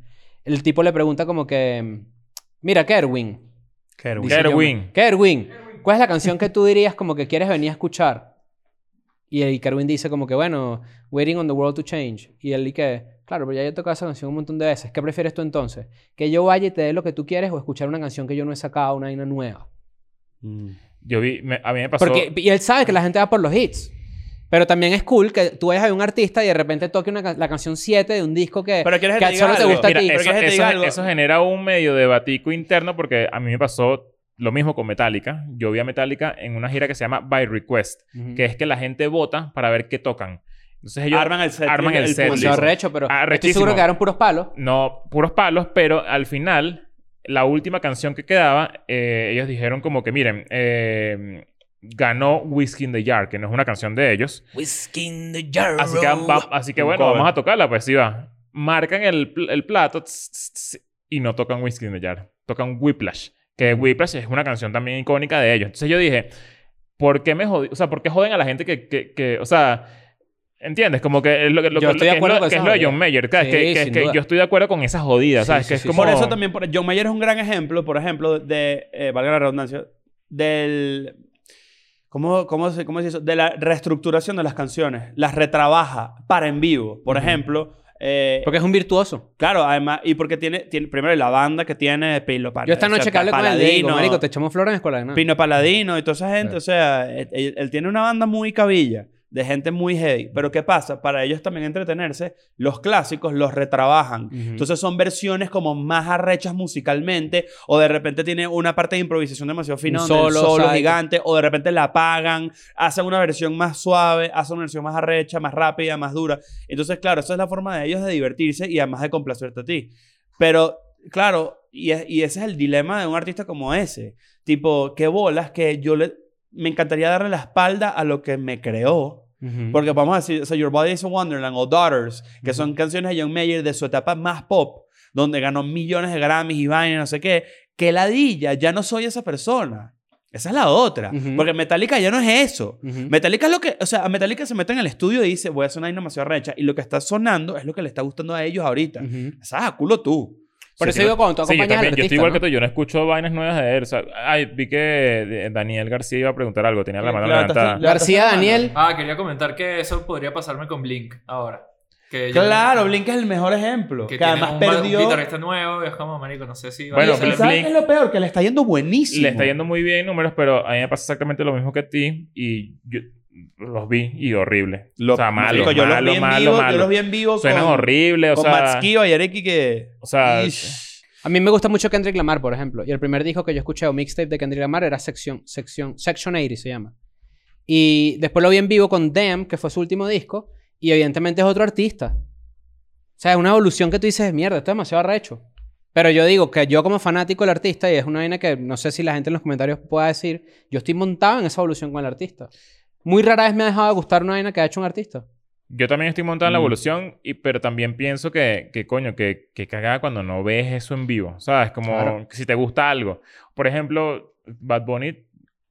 Speaker 4: El tipo le pregunta como que, mira, Kerwin. dice
Speaker 2: Kerwin.
Speaker 4: yo, Kerwin, ¿cuál es la canción que tú dirías como que quieres venir a escuchar? Y el Kerwin dice como que, bueno, Waiting on the World to Change. Y él y que, claro, pero ya yo he tocado esa canción un montón de veces. ¿Qué prefieres tú entonces? ¿Que yo vaya y te dé lo que tú quieres o escuchar una canción que yo no he sacado, una vaina nueva?
Speaker 2: Yo vi... me- a mí me pasó...
Speaker 4: Porque, y él sabe que la gente va por los hits. Pero también es cool que tú vayas a ver un artista y de repente toque una, ca- la canción 7 de un disco que,
Speaker 3: Pero quieres que te
Speaker 4: que
Speaker 3: diga
Speaker 4: solo te
Speaker 3: algo.
Speaker 4: gusta
Speaker 2: Mira,
Speaker 4: a ti.
Speaker 3: Pero
Speaker 2: eso,
Speaker 3: que te
Speaker 2: eso-
Speaker 3: diga algo.
Speaker 2: eso genera un medio debatico interno porque a mí me pasó lo mismo con Metallica. Yo vi a Metallica en una gira que se llama By Request,
Speaker 4: Ujú.
Speaker 2: que es que la gente vota para ver qué tocan. Entonces ellos
Speaker 3: arman el set.
Speaker 2: arman el set
Speaker 3: público.
Speaker 4: Demasiado recho, pero estoy
Speaker 2: Ah, Arrechísimo.
Speaker 4: seguro que quedaron puros palos.
Speaker 2: No, puros palos, pero al final, la última canción que quedaba, eh, ellos dijeron como que, miren, eh, ganó Whiskey in the Jar, que no es una canción de ellos. Así que, va- así que
Speaker 3: Un
Speaker 2: bueno,
Speaker 3: cover.
Speaker 2: vamos a tocarla, pues sí va. Marcan el, pl- el plato tss, tss, tss, y no tocan Whiskey in the Jar, tocan Whiplash, que Whiplash es una canción también icónica de ellos. Entonces yo dije, ¿por qué me jod- O sea, ¿por qué joden a la gente que, que, que- o sea... ¿Entiendes? Como que es lo que, lo,
Speaker 4: Yo
Speaker 2: que-
Speaker 4: estoy de
Speaker 2: que es
Speaker 4: acuerdo
Speaker 2: lo-
Speaker 4: con
Speaker 2: que
Speaker 4: esa
Speaker 2: es lo de
Speaker 4: jodida.
Speaker 2: John Mayer. ¿sabes?
Speaker 4: Sí,
Speaker 2: que, que-
Speaker 4: sin
Speaker 2: que
Speaker 4: duda.
Speaker 2: yo estoy de acuerdo con esas jodidas,
Speaker 4: Sí,
Speaker 2: ¿sabes?
Speaker 4: sí,
Speaker 2: que es
Speaker 4: sí,
Speaker 2: como...
Speaker 3: Por eso también, por- John Mayer es un gran ejemplo, por ejemplo, de, eh, valga la redundancia, del... ¿Cómo, cómo, se, ¿Cómo se dice eso? De la reestructuración de las canciones. Las retrabaja para en vivo. Por ejemplo, eh,
Speaker 4: Porque es un virtuoso.
Speaker 3: claro, además, y porque tiene, tiene primero la banda que tiene Pilo Paladino.
Speaker 4: Yo esta noche que hablé con el Diego, marico, te echamos flores en escuela de nada.
Speaker 3: Pino Paladino y toda esa gente.
Speaker 4: Claro.
Speaker 3: O sea, él, él- él tiene una banda muy cabilla, de gente muy heavy. Pero ¿qué pasa? Para ellos también entretenerse, los clásicos los retrabajan.
Speaker 4: Ujú.
Speaker 3: Entonces son versiones como más arrechas musicalmente, o de repente tiene una parte de improvisación demasiado fina,
Speaker 4: Un
Speaker 3: donde el
Speaker 4: solo,
Speaker 3: solo
Speaker 4: ¿sabes?
Speaker 3: gigante, o de repente la apagan, hacen una versión más suave, hacen una versión más arrecha, más rápida, más dura. Entonces, claro, esa es la forma de ellos de divertirse y además de complacerte a ti. Pero, claro, y, es- y ese es el dilema de un artista como ese. Tipo, qué bolas que yo le... Me encantaría darle la espalda a lo que me creó,
Speaker 4: Ujú.
Speaker 3: porque vamos a decir, o sea, Your Body is a Wonderland o Daughters, que son canciones de John Mayer de su etapa más pop, donde ganó millones de Grammys y vaina, no sé qué, que ladilla, ya no soy esa persona. Esa es la otra.
Speaker 4: Ujú.
Speaker 3: Porque Metallica ya no es eso.
Speaker 4: Ujú.
Speaker 3: Metallica es lo que, o sea, a Metallica se mete en el estudio y dice, voy a hacer una vaina demasiado recha. Y lo que está sonando es lo que le está gustando a ellos ahorita.
Speaker 4: Ujú.
Speaker 3: Sabes, culo tú.
Speaker 2: Sí,
Speaker 4: Por eso
Speaker 2: yo-
Speaker 4: digo, cuando tú
Speaker 2: Sí, yo
Speaker 4: acompañas
Speaker 2: también.
Speaker 4: al
Speaker 2: Yo
Speaker 4: artista,
Speaker 2: estoy igual
Speaker 4: ¿no?
Speaker 2: que tú. Yo no escucho vainas nuevas de él. O sea, ay, vi que eh, Daniel García iba a preguntar algo. Tenía la mano
Speaker 3: Levantaste-
Speaker 2: levantada.
Speaker 3: levantaste
Speaker 4: García
Speaker 3: la mano.
Speaker 4: Daniel.
Speaker 5: Ah, quería comentar que eso podría pasarme con Blink ahora. Que yo-
Speaker 3: Claro, Blink es el mejor ejemplo. Que,
Speaker 5: tiene
Speaker 3: además
Speaker 5: un ba-
Speaker 3: perdió...
Speaker 5: Un guitarrista nuevo y es como, marico, no sé si... va
Speaker 2: Bueno,
Speaker 5: a ser
Speaker 3: ¿Y
Speaker 5: el
Speaker 2: pero
Speaker 3: sabes
Speaker 5: Blink.
Speaker 2: Blink-
Speaker 3: qué es lo peor? Que le está yendo buenísimo.
Speaker 2: Le está yendo muy bien en números, pero a mí me pasa exactamente lo mismo que a ti. Y yo los vi y horrible. o sea, malo,
Speaker 3: Marico, yo los
Speaker 2: malo,
Speaker 3: vi en
Speaker 2: malo,
Speaker 3: vivo, yo
Speaker 2: malo.
Speaker 3: los vi en vivo
Speaker 2: Suenan
Speaker 3: con-
Speaker 2: horrible, o
Speaker 3: con
Speaker 2: sea...
Speaker 3: Matsuki Bayareki que...
Speaker 2: O sea...
Speaker 3: Ish.
Speaker 4: A mí me gusta mucho Kendrick Lamar, por ejemplo. Y el primer disco que yo escuché o mixtape de Kendrick Lamar era Section, Section, Section 80, se llama. Y después lo vi en vivo con Damn, que fue su último disco. Y evidentemente es otro artista. O sea, es una evolución que tú dices, mierda, esto es demasiado arrecho. Pero yo digo que yo como fanático del artista, y es una vaina que no sé si la gente en los comentarios pueda decir, yo estoy montado en esa evolución con el artista. Muy rara vez me ha dejado de gustar una vaina que ha hecho un artista.
Speaker 2: Yo también estoy montado en la
Speaker 4: Mm.
Speaker 2: evolución, y, pero también pienso que, que coño, que, que cagada cuando no ves eso en vivo. ¿Sabes? Como
Speaker 4: Claro.
Speaker 2: que si te gusta algo. Por ejemplo, Bad Bunny,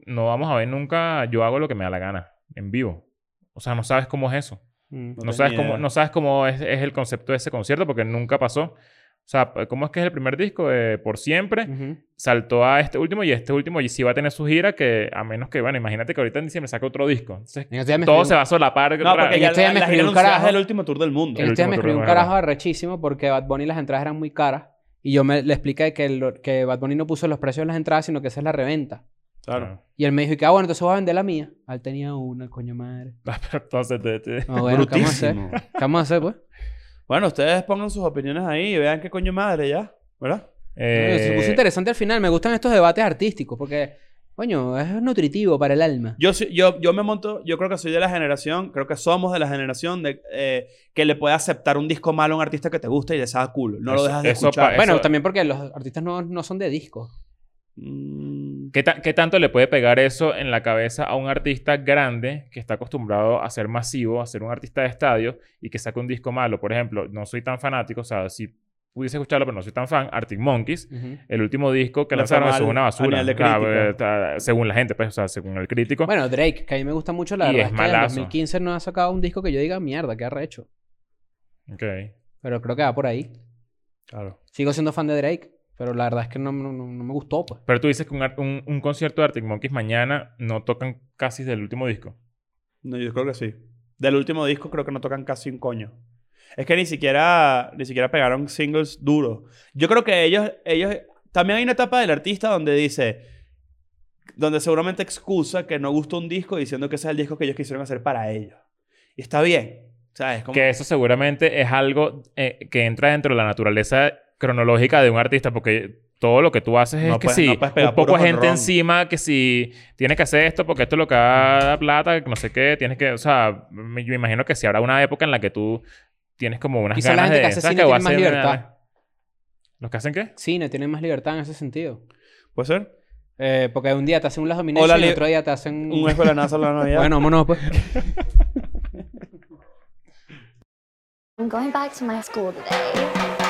Speaker 2: no vamos a ver nunca Yo hago lo que me da la gana en vivo. O sea, no sabes cómo es eso.
Speaker 4: Mm.
Speaker 3: No
Speaker 2: No, sabes
Speaker 3: tenía
Speaker 2: cómo,
Speaker 3: idea.
Speaker 2: no sabes cómo es, es el concepto de ese concierto porque nunca pasó. O sea, ¿cómo es que es el primer disco? Eh, por
Speaker 3: Mm.
Speaker 2: siempre.
Speaker 4: Ujú.
Speaker 2: Saltó a este último y este último y sí va a tener su gira que a menos que, bueno, imagínate que ahorita en diciembre saca otro disco. Entonces,
Speaker 4: En estos días me
Speaker 2: todo
Speaker 4: escribió-
Speaker 2: se va a solapar.
Speaker 3: No, porque
Speaker 4: En
Speaker 3: ya
Speaker 4: este
Speaker 3: la,
Speaker 4: día me
Speaker 3: la
Speaker 4: escribió
Speaker 3: gira
Speaker 4: un
Speaker 3: anunciada
Speaker 4: carajo.
Speaker 3: es el último tour del mundo.
Speaker 4: En
Speaker 2: El
Speaker 4: este día
Speaker 2: último
Speaker 4: me
Speaker 2: tour
Speaker 4: escribió
Speaker 2: de
Speaker 4: un
Speaker 2: Bad Bunny.
Speaker 4: carajo arrechísimo porque Bad Bunny las entradas eran muy caras. Y yo me, le expliqué que, el- que Bad Bunny no puso los precios de las entradas, sino que esa es la reventa.
Speaker 3: Claro.
Speaker 4: Y él me dijo, y que, ah, bueno, entonces voy a vender la mía. Ah, Él tenía una, coño madre.
Speaker 2: Ah, pero Entonces, te- te-
Speaker 4: Ah, bueno, ¿qué vamos a hacer?
Speaker 3: Brutísimo.
Speaker 4: ¿Qué vamos a hacer, pues?
Speaker 3: Bueno, ustedes pongan sus opiniones ahí y vean qué coño madre ya. ¿Verdad?
Speaker 4: Coño, Se puso
Speaker 2: Eh,
Speaker 4: interesante al final. Me gustan estos debates artísticos porque, coño, es nutritivo para el alma.
Speaker 3: Yo, soy- yo, yo me monto, yo creo que soy de la generación, creo que somos de la generación de, eh, que le puede aceptar un disco malo a un artista que te gusta y le saca culo. No lo
Speaker 2: Eso-
Speaker 3: dejas de
Speaker 2: eso
Speaker 3: escuchar.
Speaker 2: pa-
Speaker 4: bueno,
Speaker 2: eso-
Speaker 4: también porque los artistas nuevos no son de discos.
Speaker 3: Mm,
Speaker 2: ¿Qué, ta- qué tanto le puede pegar eso en la cabeza a un artista grande que está acostumbrado a ser masivo, a ser un artista de estadio y que saca un disco malo? Por ejemplo, no soy tan fanático, o sea, si pudiese escucharlo, pero no soy tan fan, Arctic Monkeys, el último disco que
Speaker 3: Le fue
Speaker 2: lanzaron eso
Speaker 3: mal
Speaker 2: es una
Speaker 3: a
Speaker 2: basura.
Speaker 3: nivel de
Speaker 2: O sea,
Speaker 3: crítica.
Speaker 2: eh, ta- según la gente, pues, o sea, según el crítico.
Speaker 4: Bueno, Drake, que a mí me gusta mucho, la
Speaker 2: Y
Speaker 4: verdad
Speaker 2: es
Speaker 4: es, que en
Speaker 2: malazo.
Speaker 4: 2015 no ha sacado un disco que yo diga, mierda, qué arrecho.
Speaker 2: Ok.
Speaker 4: Pero creo que va por ahí.
Speaker 3: claro.
Speaker 4: Sigo siendo fan de Drake, pero la verdad es que no, no- no- no me gustó, pues.
Speaker 2: Pero tú dices que un, ar- un- un concierto de Arctic Monkeys mañana no tocan casi del último disco.
Speaker 3: No, yo creo que sí. Del último disco creo que no tocan casi un coño. Es que ni siquiera, ni siquiera pegaron singles duros. Yo creo que ellos, ellos... También hay una etapa del artista donde dice... Donde seguramente excusa que no gustó un disco diciendo que ese es el disco que ellos quisieron hacer para ellos. Y está bien. ¿Sabes? Como,
Speaker 2: Que eso seguramente es algo eh, que entra dentro de la naturaleza cronológica de un artista, porque todo lo que tú haces es
Speaker 3: No
Speaker 2: que
Speaker 3: puedes-
Speaker 2: sí,
Speaker 3: no puedes pegar
Speaker 2: un poco
Speaker 3: puro
Speaker 2: de gente
Speaker 3: jonrón.
Speaker 2: encima que si tienes que hacer esto porque esto es lo que da plata, que no sé qué, tienes que, o sea, me- yo imagino que si habrá una época en la que tú tienes como unas
Speaker 4: Quizá la
Speaker 2: ganas
Speaker 4: gente que
Speaker 2: de
Speaker 4: hace
Speaker 2: ¿sabes
Speaker 4: cine
Speaker 2: qué? Voy a
Speaker 4: tiene más
Speaker 2: hacer-
Speaker 4: libertad.
Speaker 2: ¿Los que hacen qué?
Speaker 4: Cine tiene más libertad en ese sentido.
Speaker 3: ¿Puede ser?
Speaker 4: Eh, porque un día te hacen un Last
Speaker 3: O la
Speaker 4: Domination y
Speaker 3: li-
Speaker 4: otro día te hacen...
Speaker 3: Un escuela de NASA la Navidad.
Speaker 4: Bueno, vámonos pues.
Speaker 1: I'm going back to my school today.